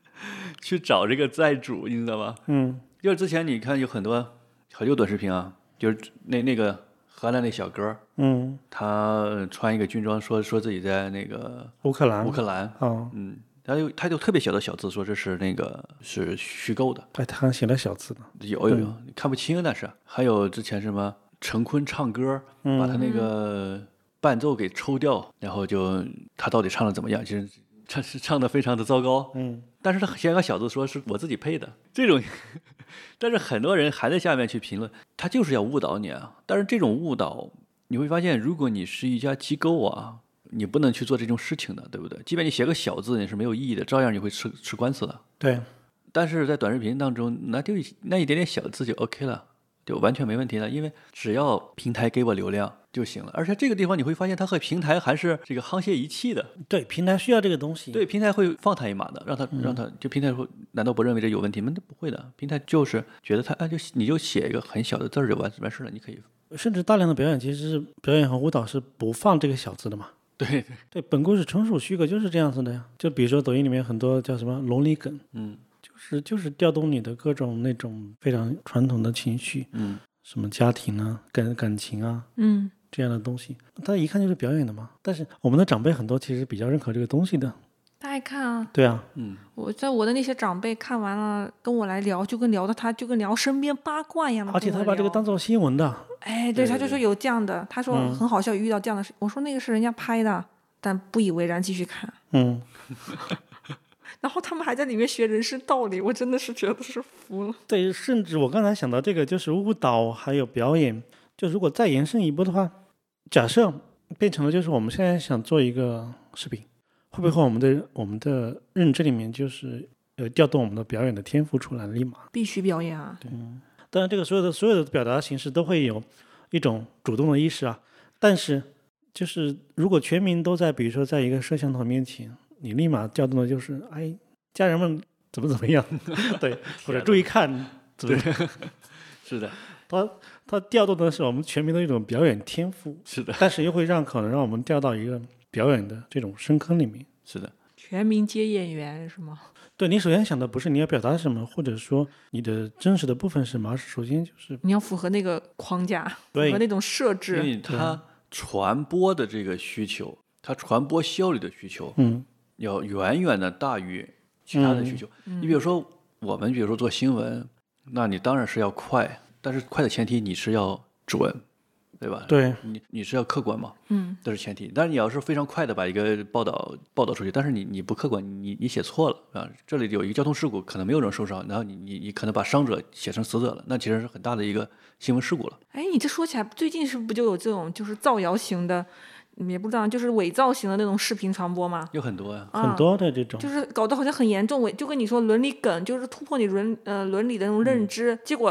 去找这个债主，你知道吗？
嗯
就是之前你看有很多很多短视频啊，就是那那个荷兰那小哥儿，
嗯，
他穿一个军装说说自己在那个
乌克兰
乌克兰，
啊，
嗯，他就他就特别小的小字说这是那个是虚构的。
哎，他还写了小字呢。
有有有，看不清那是。还有之前什么陈坤唱歌，把他那个伴奏给抽掉，然后就他到底唱的怎么样？其实唱是唱的非常的糟糕，
嗯，
但是他先个小子说是我自己配的这种， 但是很多人还在下面去评论，他就是要误导你啊。但是这种误导，你会发现，如果你是一家机构啊。你不能去做这种事情的，对不对？即便你写个小字也是没有意义的，照样你会吃吃官司的。
对，
但是在短视频当中，那就一那一点点小字就 OK 了，就完全没问题了，因为只要平台给我流量就行了。而且这个地方你会发现，它和平台还是这个沆瀣一气的，
对，平台需要这个东西。
对，平台会放他一马的，让他让他就平台会难道不认为这有问题吗？那不会的，平台就是觉得他啊，就你就写一个很小的字儿就完完事了，你可以
甚至大量的表演其实是表演和舞蹈是不放这个小字的嘛。
对对
对，本故事纯属虚构，就是这样子的呀。就比如说抖音里面很多叫什么龙里梗，
嗯
就是就是调动你的各种那种非常传统的情绪，
嗯，
什么家庭啊、感感情啊
嗯，
这样的东西，他一看就是表演的嘛。但是我们的长辈很多其实比较认可这个东西的，
大家看啊，
对啊，
嗯，
我在我的那些长辈看完了跟我来聊，就跟聊的他就跟聊身边八卦一样的
而
跟我
且
聊。
他把这个当做新闻的，
哎，
对
对，他
对嗯
就说有这样的，他说很好笑，遇到这样的事。我说那个是人家拍的，但不以为然，继续看。
嗯，
然后他们还在里面学人生道理，我真的是觉得是服了。
对，甚至我刚才想到这个，就是舞蹈还有表演，就如果再延伸一步的话，假设变成了就是我们现在想做一个视频，会不会和我们的我们的认知里面就是呃调动我们的表演的天赋出来了立马？
必须表演啊！
当然，这个所有的所有的表达形式都会有一种主动的意识啊。但是，就是如果全民都在，比如说在一个摄像头面前，你立马调动的就是，哎，家人们怎么怎么样， 对，或者注意看，怎么
是的，
他他调动的是我们全民的一种表演天赋，
是的，
但是又会让可能让我们掉到一个表演的这种深坑里面。
是的，
全民皆演员是吗？
对你首先想的不是你要表达什么，或者说你的真实的部分是什么，而是首先就是
你要符合那个框架，符
对
合那种设
因
置。
为它传播的这个需求，它传播效率的需求，
嗯
要远远的大于其他的需求。你比如说，我们比如说做新闻，那你当然是要快，但是快的前提你是要准，对吧？，
对
你你是要客观嘛，
嗯，
这是前提。但是你要是非常快的把一个报道报道出去，但是你你不客观，你你写错了啊，这里有一个交通事故，可能没有人受伤，然后你你你可能把伤者写成死者了，那其实是很大的一个新闻事故了。
哎，你这说起来，最近是不就有这种就是造谣型的，嗯也不知道就是伪造型的那种视频传播吗？
有很多呀、
啊、
很多的这种，
就是搞得好像很严重，我就跟你说伦理梗，就是突破你伦呃伦理的那种认
嗯
知，结果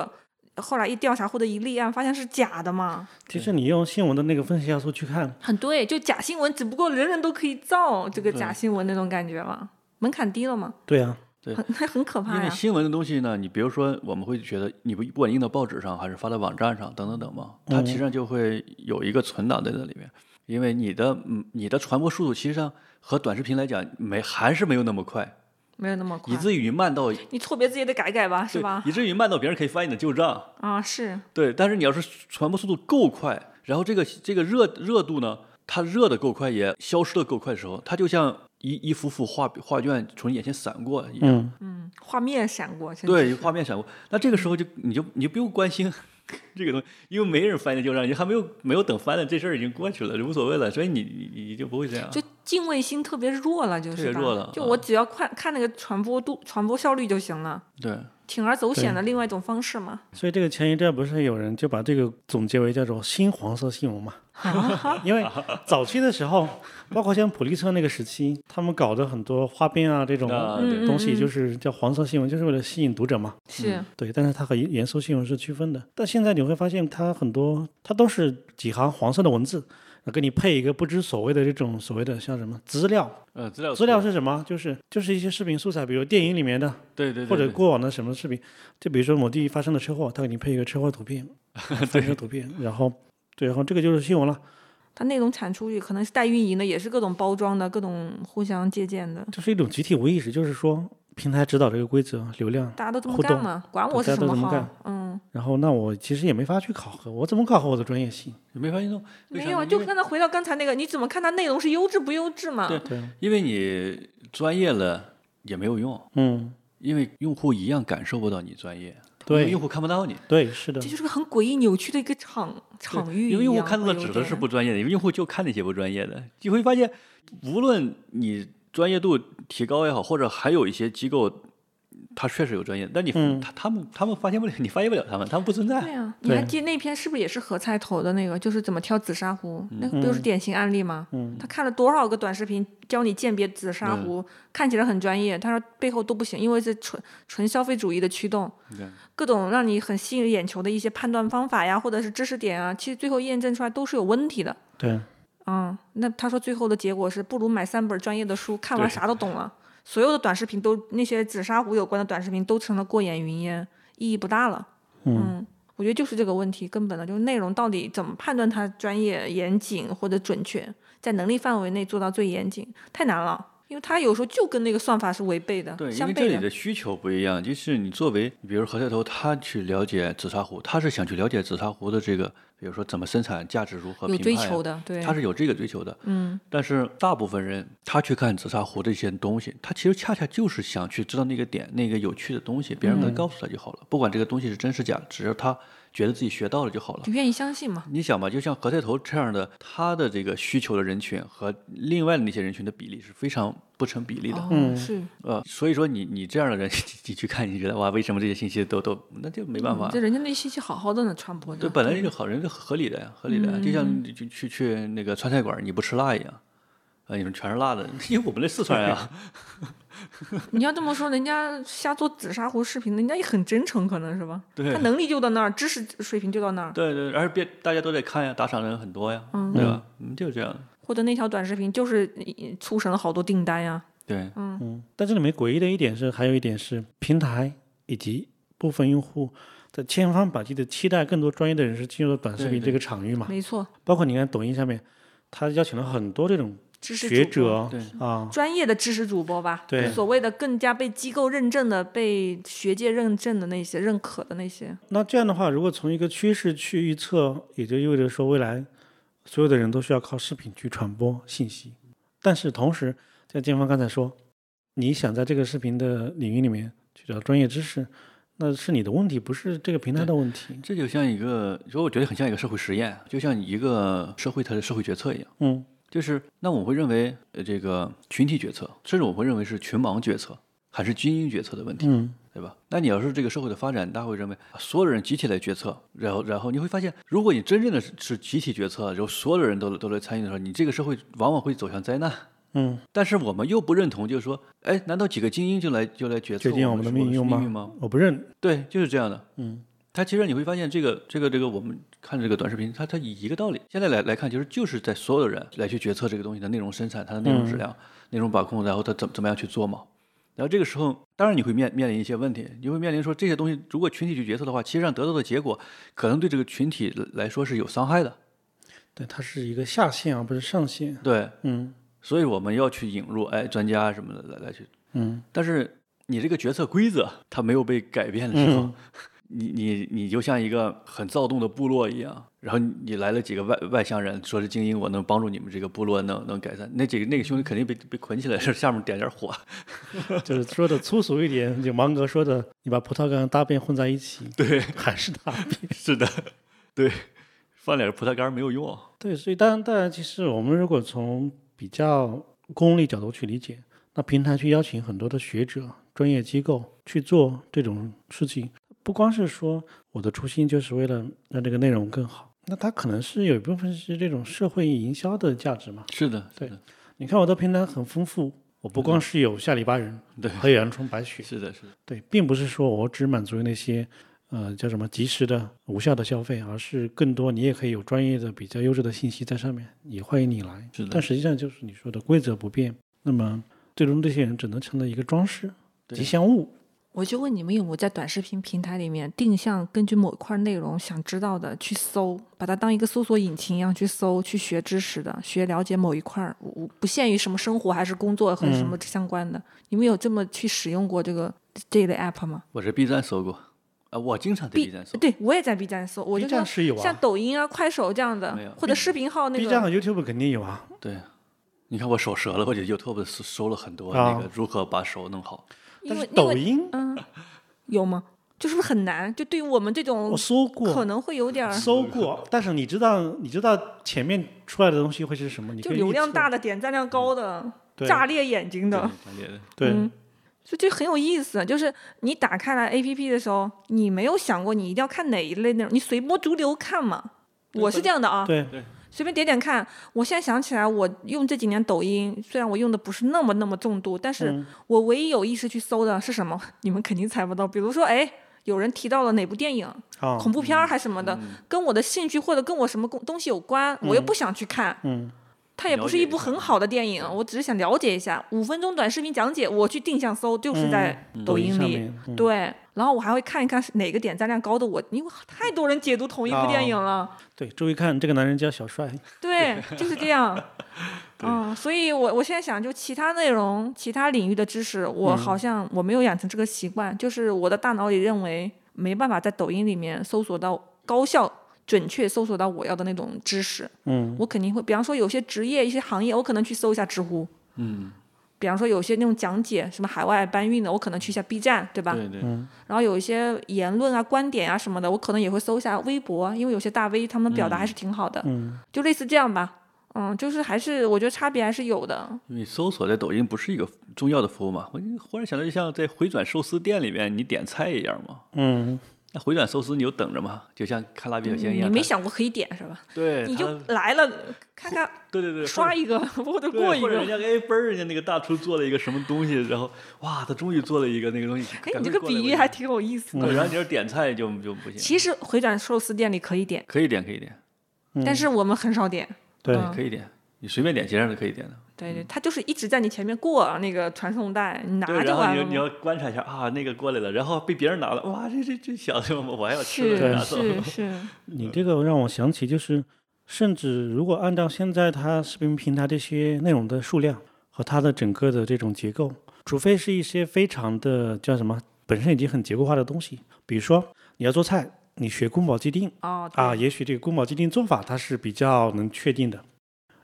后来一调查获得一立案，发现是假的嘛，
其实你用新闻的那个分析要素去看，
很对，就假新闻，只不过人人都可以造这个假新闻那种感觉嘛，门槛低了 嘛，
对啊，
很很可
因
怕
为
呀，
新闻的东西呢，你比如说，我们会觉得你不不管印到报纸上，还是发到网站上，等等等嘛，
嗯
它其实上就会有一个存档在这里面，因为你的嗯你的传播速度其实上和短视频来讲没还是没有那么快，
没有那么快
以。至于慢到
你错别字也得改改吧，是
对
吧？
以至于慢到别人可以翻你的旧账。
啊，是，
对，但是你要是传播速度够快，然后这个这个热热度呢，它热的够快，也消失的够快的时候，它就像一一幅幅画画卷从你眼前闪过一样，
嗯，
嗯，画面闪过，真的
对，
是
画面闪过。那这个时候就你就你就不用关心 这个东西，因为没人翻的旧账，你还没有没有等翻的这事儿已经过去了，就无所谓了，所以你你你你就不会这样。
就敬畏心特别弱了，就
特
是
别
吧
弱了
就
嗯
我只要看看那个传播度、传播效率就行了，
对，
铤而走险的另外一种方式嘛。
所以这个前一阵不是有人就把这个总结为叫做“新黄色新闻”嘛？因为早期的时候，包括像普利策那个时期，他们搞的很多花边啊这种
啊
嗯
对
嗯
东西，
嗯
就是叫黄色新闻，就是为了吸引读者嘛。
嗯
是，
对，但是它和严严肃新闻是区分的。但现在你会发现，它很多它都是几行黄色的文字，给你配一个不知所谓的这种所谓的像什么资料，
呃，资料
资料是什么？就是就是一些视频素材，比如电影里面的，
对对对，
或者
对
过往的什么视频，就比如说某地发生了车祸，他给你配一个车祸 图片，发生图片，然后对，然后这个就是新闻了，
它内容产出也可能是代运营的，也是各种包装的、各种互相借鉴的，
就是一种集体无意识，就是说平台指导这个规则流量，
大家都这么
互
干
动
嘛，管
对
我
大
是
家
什
都这么
号
干，
嗯，
然后那我其实也没法去考核，我怎么考核我的专业性？
你没发现弄
没有啊，就刚才回到刚才那个，你怎么看它内容是优质不优质嘛？
对
对，
因为你专业了也没有用，
嗯，
因为用户一样感受不到你专业，因为
对
用户看不到你，
对，是的
这，就是个很诡异扭曲的一个场场域一样，
因为用户看到的
会有
指的是
点
不专业的，因为用户就看那些不专业的，你会发现，无论你专业度提高也好，或者还有一些机构。他确实有专业，但你、
嗯
他他们他们发现不了，你发现不了他们，他们不存在。
对啊，你还
对
记得那篇是不是也是何菜头的那个？就是怎么挑紫砂壶，那个不就是典型案例吗？
嗯
他看了多少个短视频教你鉴别紫砂
嗯
壶，看起来很专业，他说背后都不行，因为是纯纯消费主义的驱动，
对
各种让你很吸引眼球的一些判断方法呀，或者是知识点啊，其实最后验证出来都是有问题的。
对，
嗯，那他说最后的结果是，不如买三本专业的书，看完
对
啥都懂了。所有的短视频都那些紫砂壶有关的短视频都成了过眼云烟，意义不大了。
嗯
我觉得就是这个问题根本的，就是内容到底怎么判断它专业、严谨或者准确，在能力范围内做到最严谨，太难了，因为它有时候就跟那个算法是违背的，
对，因
相
为这
悖
里
的。
的需求不一样，就是你作为，比如何菜头，他去了解紫砂壶，他是想去了解紫砂壶的这个，比如说怎么生产、价值如何、
有
评
追
判呀
求的，对，
他是有这个追求的。
嗯，
但是大部分人他去看紫砂壶的一些东西，他其实恰恰就是想去知道那个点，那个有趣的东西，别
嗯
人能告诉他就好了。不管这个东西是真是假，只要他觉得自己学到了就好了
就。愿意相信嘛。
你想吧，就像何菜头这样的，他的这个需求的人群和另外的那些人群的比例是非常不成比例的。
哦，
嗯
是，
呃，所以说你你这样的人， 你你去看，你觉得哇，为什么这些信息都都那就没办法
嗯，这人家那信息好好的呢，传播着。
对，本来就好人是合理的呀，合理的呀，就像
嗯
你去去去那个川菜馆儿，你不吃辣一样，啊，你说全是辣的， 因为我们那四川人 啊，
你要这么说，人家瞎做紫砂壶视频，人家也很真诚，可能是吧？
对
他能力就到那儿，知识水平就到那儿，
对对，而且别大家都在看呀，打赏的人很多呀，
嗯
对吧？嗯，就是这样的，
或者那条短视频就是嗯促成了好多订单呀。
对，
嗯，但这里面诡异的一点是，还有一点是平台以及部分用户在千方百计的期待更多专业的人士进入到短视
对
频
对
这个场域嘛，
没错，
包括你看抖音上面，他邀请了很多这种
知识
学
主
者
播
对
啊，
专业的知识主播吧，
对
所谓的更加被机构认证的、被学界认证的那些、认可的那些，
那这样的话，如果从一个趋势去预测，也就意味着说未来所有的人都需要靠视频去传播信息。但是同时，像建芳刚才说，你想在这个视频的领域里面去找专业知识，那是你的问题，不是这个平台的问题。
这就像一个，所以我觉得很像一个社会实验，就像一个社会它的社会决策一样，
嗯
就是那我会认为呃这个群体决策，甚至我会认为是群盲决策还是精英决策的问题。
嗯，
对吧？那你要是这个社会的发展，大家会认为啊所有人集体来决策，然后然后你会发现，如果你真正的是是集体决策，然后所有的人都都来参与的时候，你这个社会往往会走向灾难。
嗯，
但是我们又不认同，就是说，哎，难道几个精英就来就来决策
决定
我
我们的
是
命运
命
吗？
运吗？
我不认。
对，就是这样的。
嗯，
它其实你会发现，这个这个这个，我们看这个短视频，它它以一个道理，现在来来看，就是就是在所有的人来去决策这个东西的内容生产，它的内容质量、内容把控，然后它怎怎么样去做嘛。然后这个时候，当然你会面面临一些问题，你会面临说这些东西，如果群体去决策的话，其实上得到的结果可能对这个群体来说是有伤害的。
对，它是一个下限而不是上限。
对，
嗯，
所以我们要去引入哎专家什么的来来去
嗯
但是你这个决策规则它没有被改变的时候，
嗯
你你你就像一个很躁动的部落一样，然后你来了几个外外乡人，说是精英，我能帮助你们这个部落能能改善，那几个那个兄弟肯定被被捆起来，是下面点点火，
就是说的粗俗一点，就芒格说的，你把葡萄干大便混在一起，
对，
还是大便。
是的，对，放点葡萄干儿没有用，
对，所以当然，当然，其实我们如果从比较功利角度去理解，那平台去邀请很多的学者、专业机构去做这种事情，不光是说我的初心就是为了让这个内容更好，那它可能是有一部分是这种社会营销的价值嘛。
是的，
对你看我的平台很丰富，我不光是有下里巴人，
对
还有阳春白雪，
是的，是的，
对，并不是说我只满足于那些，呃，叫什么及时的、无效的消费，而是更多你也可以有专业的、比较优质的信息在上面，也欢迎你来。
是的
但实际上就是你说的规则不变，那么最终这些人只能成了一个装饰、
对
吉祥物。
我就问你们有没有在短视频平台里面定向根据某块内容想知道的去搜，把它当一个搜索引擎一样去搜，去学知识的，学了解某一块儿，我我不限于什么生活还是工作和什
嗯
么相关的。你们有这么去使用过这个这一类 app 吗
我是 B 站搜过，啊，我经常在
？B
B 站搜，
对我也在 B 站搜，我
B
就
站
像
是有
像
啊
抖音啊、快手这样
没有
的，或者视频号那
，B 站
个
和 YouTube 肯定有啊。
对，你看我手折了，我就 YouTube 搜搜了很多
啊
那个如何把手弄好，
因
但是
为因
抖
为
音
嗯，有吗？就是不是很难？就对于我们这种
我搜
可
过。
能会有点儿
搜过，但是你知道，你知道前面出来的东西会是什么？你
就
可以
流
预
量
测嗯
大，的、点赞量高的、
对
炸裂眼睛的。
对对对
对，
嗯就这很有意思，就是你打开来 A P P 的时候，你没有想过你一定要看哪一类内容，你随波逐流看嘛。我是这样的啊，
对，
随便点点看。我现在想起来，我用这几年抖音，虽然我用的不是那么那么重度，但
嗯
是我唯一有意识去搜的是什么， 你们肯定猜不到。比如说，哎，有人提到了哪部电影，
啊，
恐怖片儿还什么的，跟我的兴趣或者跟我什么公东西有关，我又不想去看。
嗯，
它也不是一部
了解一
很
下
好的电影，我只是想了解一下。五分钟短视频讲解，我去定向搜，就是在抖音
上
里。
面，嗯
对，然后我还会看一看是哪个点赞量高的我，因为太多人解读同一部电影了。
对，注意看，这个男人叫小帅，
对，就是这样。嗯，所以我我现在想，就其他内容、其他领域的知识，我好像我没有养成这个习惯，就是我的大脑里认为没办法在抖音里面搜索到高效、准确搜索到我要的那种知识。
嗯，
我肯定会，比方说有些职业、一些行业，我可能去搜一下知乎；
嗯，
比方说有些那种讲解什么海外搬运的，我可能去一下 B 站，对吧？
对对，
然后有一些言论啊、观点啊什么的，我可能也会搜一下微博，因为有些大 V 他们的表达还是挺好的，
嗯
就类似这样吧。嗯，就是还是我觉得差别还是有的。
因为搜索在抖音不是一个重要的服务嘛，我就忽然想到，就像在回转寿司店里面你点菜一样嘛，
嗯，
那回转寿司你就等着嘛，就像看蜡笔小新一
嗯你
样，
没
它
想过可以点是吧？
对，
你
它
就来了，看看
对对对，
刷
一
一个或者过
对，
一
或者人
个。
家哎嘣儿，人家那个大厨做了一个什么东西，然后哇，他终于做了一个那个东西，
哎，
赶
你这
快
个
过来
比
我
喻
就
还挺有意
嗯
思的。
对，然后你要点菜就就不行，
其实回转寿司店里可以点，
可以点可以点，
但是我们很少点。
嗯对，
嗯
可以点，你随便点其实是可以点的。
对对，它就是一直在你前面过那个传送带，你拿
对，
就
然后
完
你
了
要你
嘛。
要观察一下啊，那个过来了，然后被别人拿了，哇，这这这小子，我还要吃了，
是
拿走。
是是，
你这个让我想起，就是甚至如果按照现在它视频平台这些内容的数量和它的整个的这种结构，除非是一些非常的叫什么，本身已经很结构化的东西，比如说你要做菜，你学宫保鸡丁
哦
啊，
对
也许这个宫保鸡丁做法它是比较能确定的，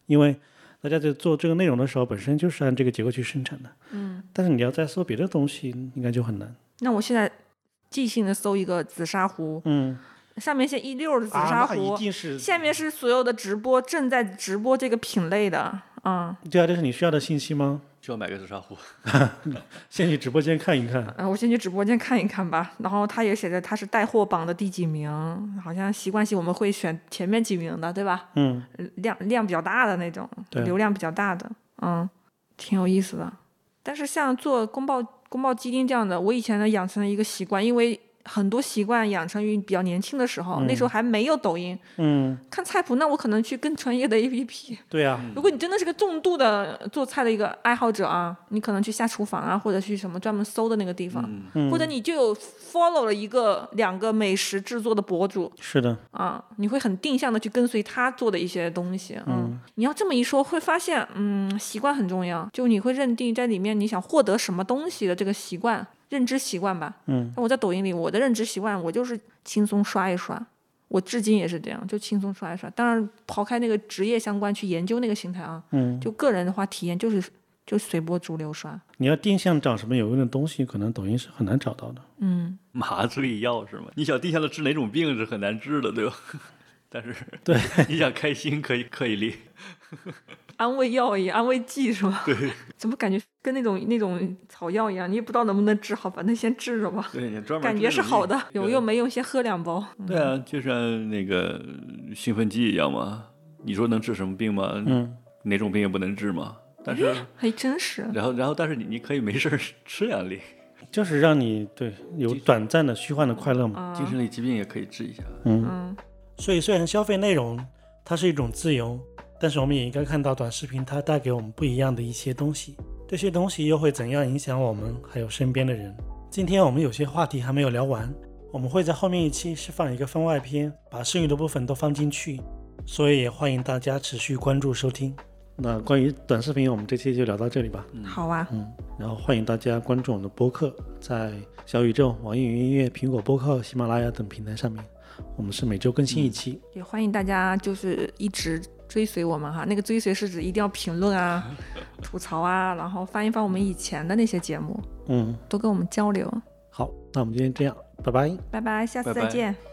因为大家在做这个内容的时候，本身就是按这个结构去生产的。
嗯，
但是你要再搜别的东西，应该就很难。
那我现在即兴的搜一个紫砂壶，
嗯，
上面写一溜儿的紫砂
啊，那
壶，
一定是
下面是所有的直播正在直播这个品类的，嗯，
对啊，这是你需要的信息吗？
就要买个紫砂壶。
先去直播间看一看。
啊，我先去直播间看一看吧。然后他也写着他是带货榜的第几名，好像习惯性我们会选前面几名的，对吧？
嗯，
量量比较大的那种，
对
流量比较大的，嗯，挺有意思的。但是像做宫爆宫爆鸡丁这样的，我以前呢养成了一个习惯，因为很多习惯养成于比较年轻的时候，那时候还没有抖音，
嗯，
看菜谱，那我可能去更专业的 APP。
对呀、
如果你真的是个重度的做菜的一个爱好者啊，你可能去下厨房啊，或者去什么专门搜的那个地方，
嗯
或者你就有 follow 了一个两个美食制作的博主
是的，
啊，你会很定向的去跟随他做的一些东西。嗯，你要这么一说，会发现，嗯，习惯很重要，就你会认定在里面你想获得什么东西的这个习惯。认知习惯吧，
嗯，
那我在抖音里，我的认知习惯，我就是轻松刷一刷，我至今也是这样，就轻松刷一刷。当然，刨开那个职业相关去研究那个形态啊，
嗯，
就个人的话，体验就是就随波逐流刷，
你要定向找什么有用的东西，可能抖音是很难找到的。
嗯，
麻醉药是吗？你想地下的治哪种病是很难治的，对吧？ 但是
对，
你想开心可以可以立，
安慰药一样，安慰剂是吧？对， 怎么感觉跟那种那种草药一样，你也不知道能不能治好，反正先治着吧，
对你专门
感
治
觉
这
是
种
好
病
的，有用没用先喝两包。
对啊，就像那个兴奋剂一样嘛。你说能治什么病吗？
嗯，
哪种病也不能治嘛。但是，
还真是，
然后，然后，但是你你可以没事儿吃两粒，
就是让你对有短暂的虚幻的快乐嘛。
啊
精神类疾病也可以治一下。
嗯，
嗯，
所以，虽然消费内容它是一种自由，但是我们也应该看到短视频它带给我们不一样的一些东西。这些东西又会怎样影响我们还有身边的人？今天我们有些话题还没有聊完，我们会在后面一期释放一个番外篇，把剩余的部分都放进去，所以也欢迎大家持续关注收听。
那关于短视频，我们这期就聊到这里吧。
好啊，
嗯，然后欢迎大家关注我们的播客，在小宇宙、网易云音乐、苹果播客、喜马拉雅等平台上面，我们是每周更新一期。
也欢迎大家就是一直追随我们哈。那个追随是指一定要评 论啊、吐槽啊，然后翻一翻我们以前的那些节目，
嗯，
多跟我们交流。
好，那我们今天这样，拜拜。
拜拜，下次
拜
再
拜
见。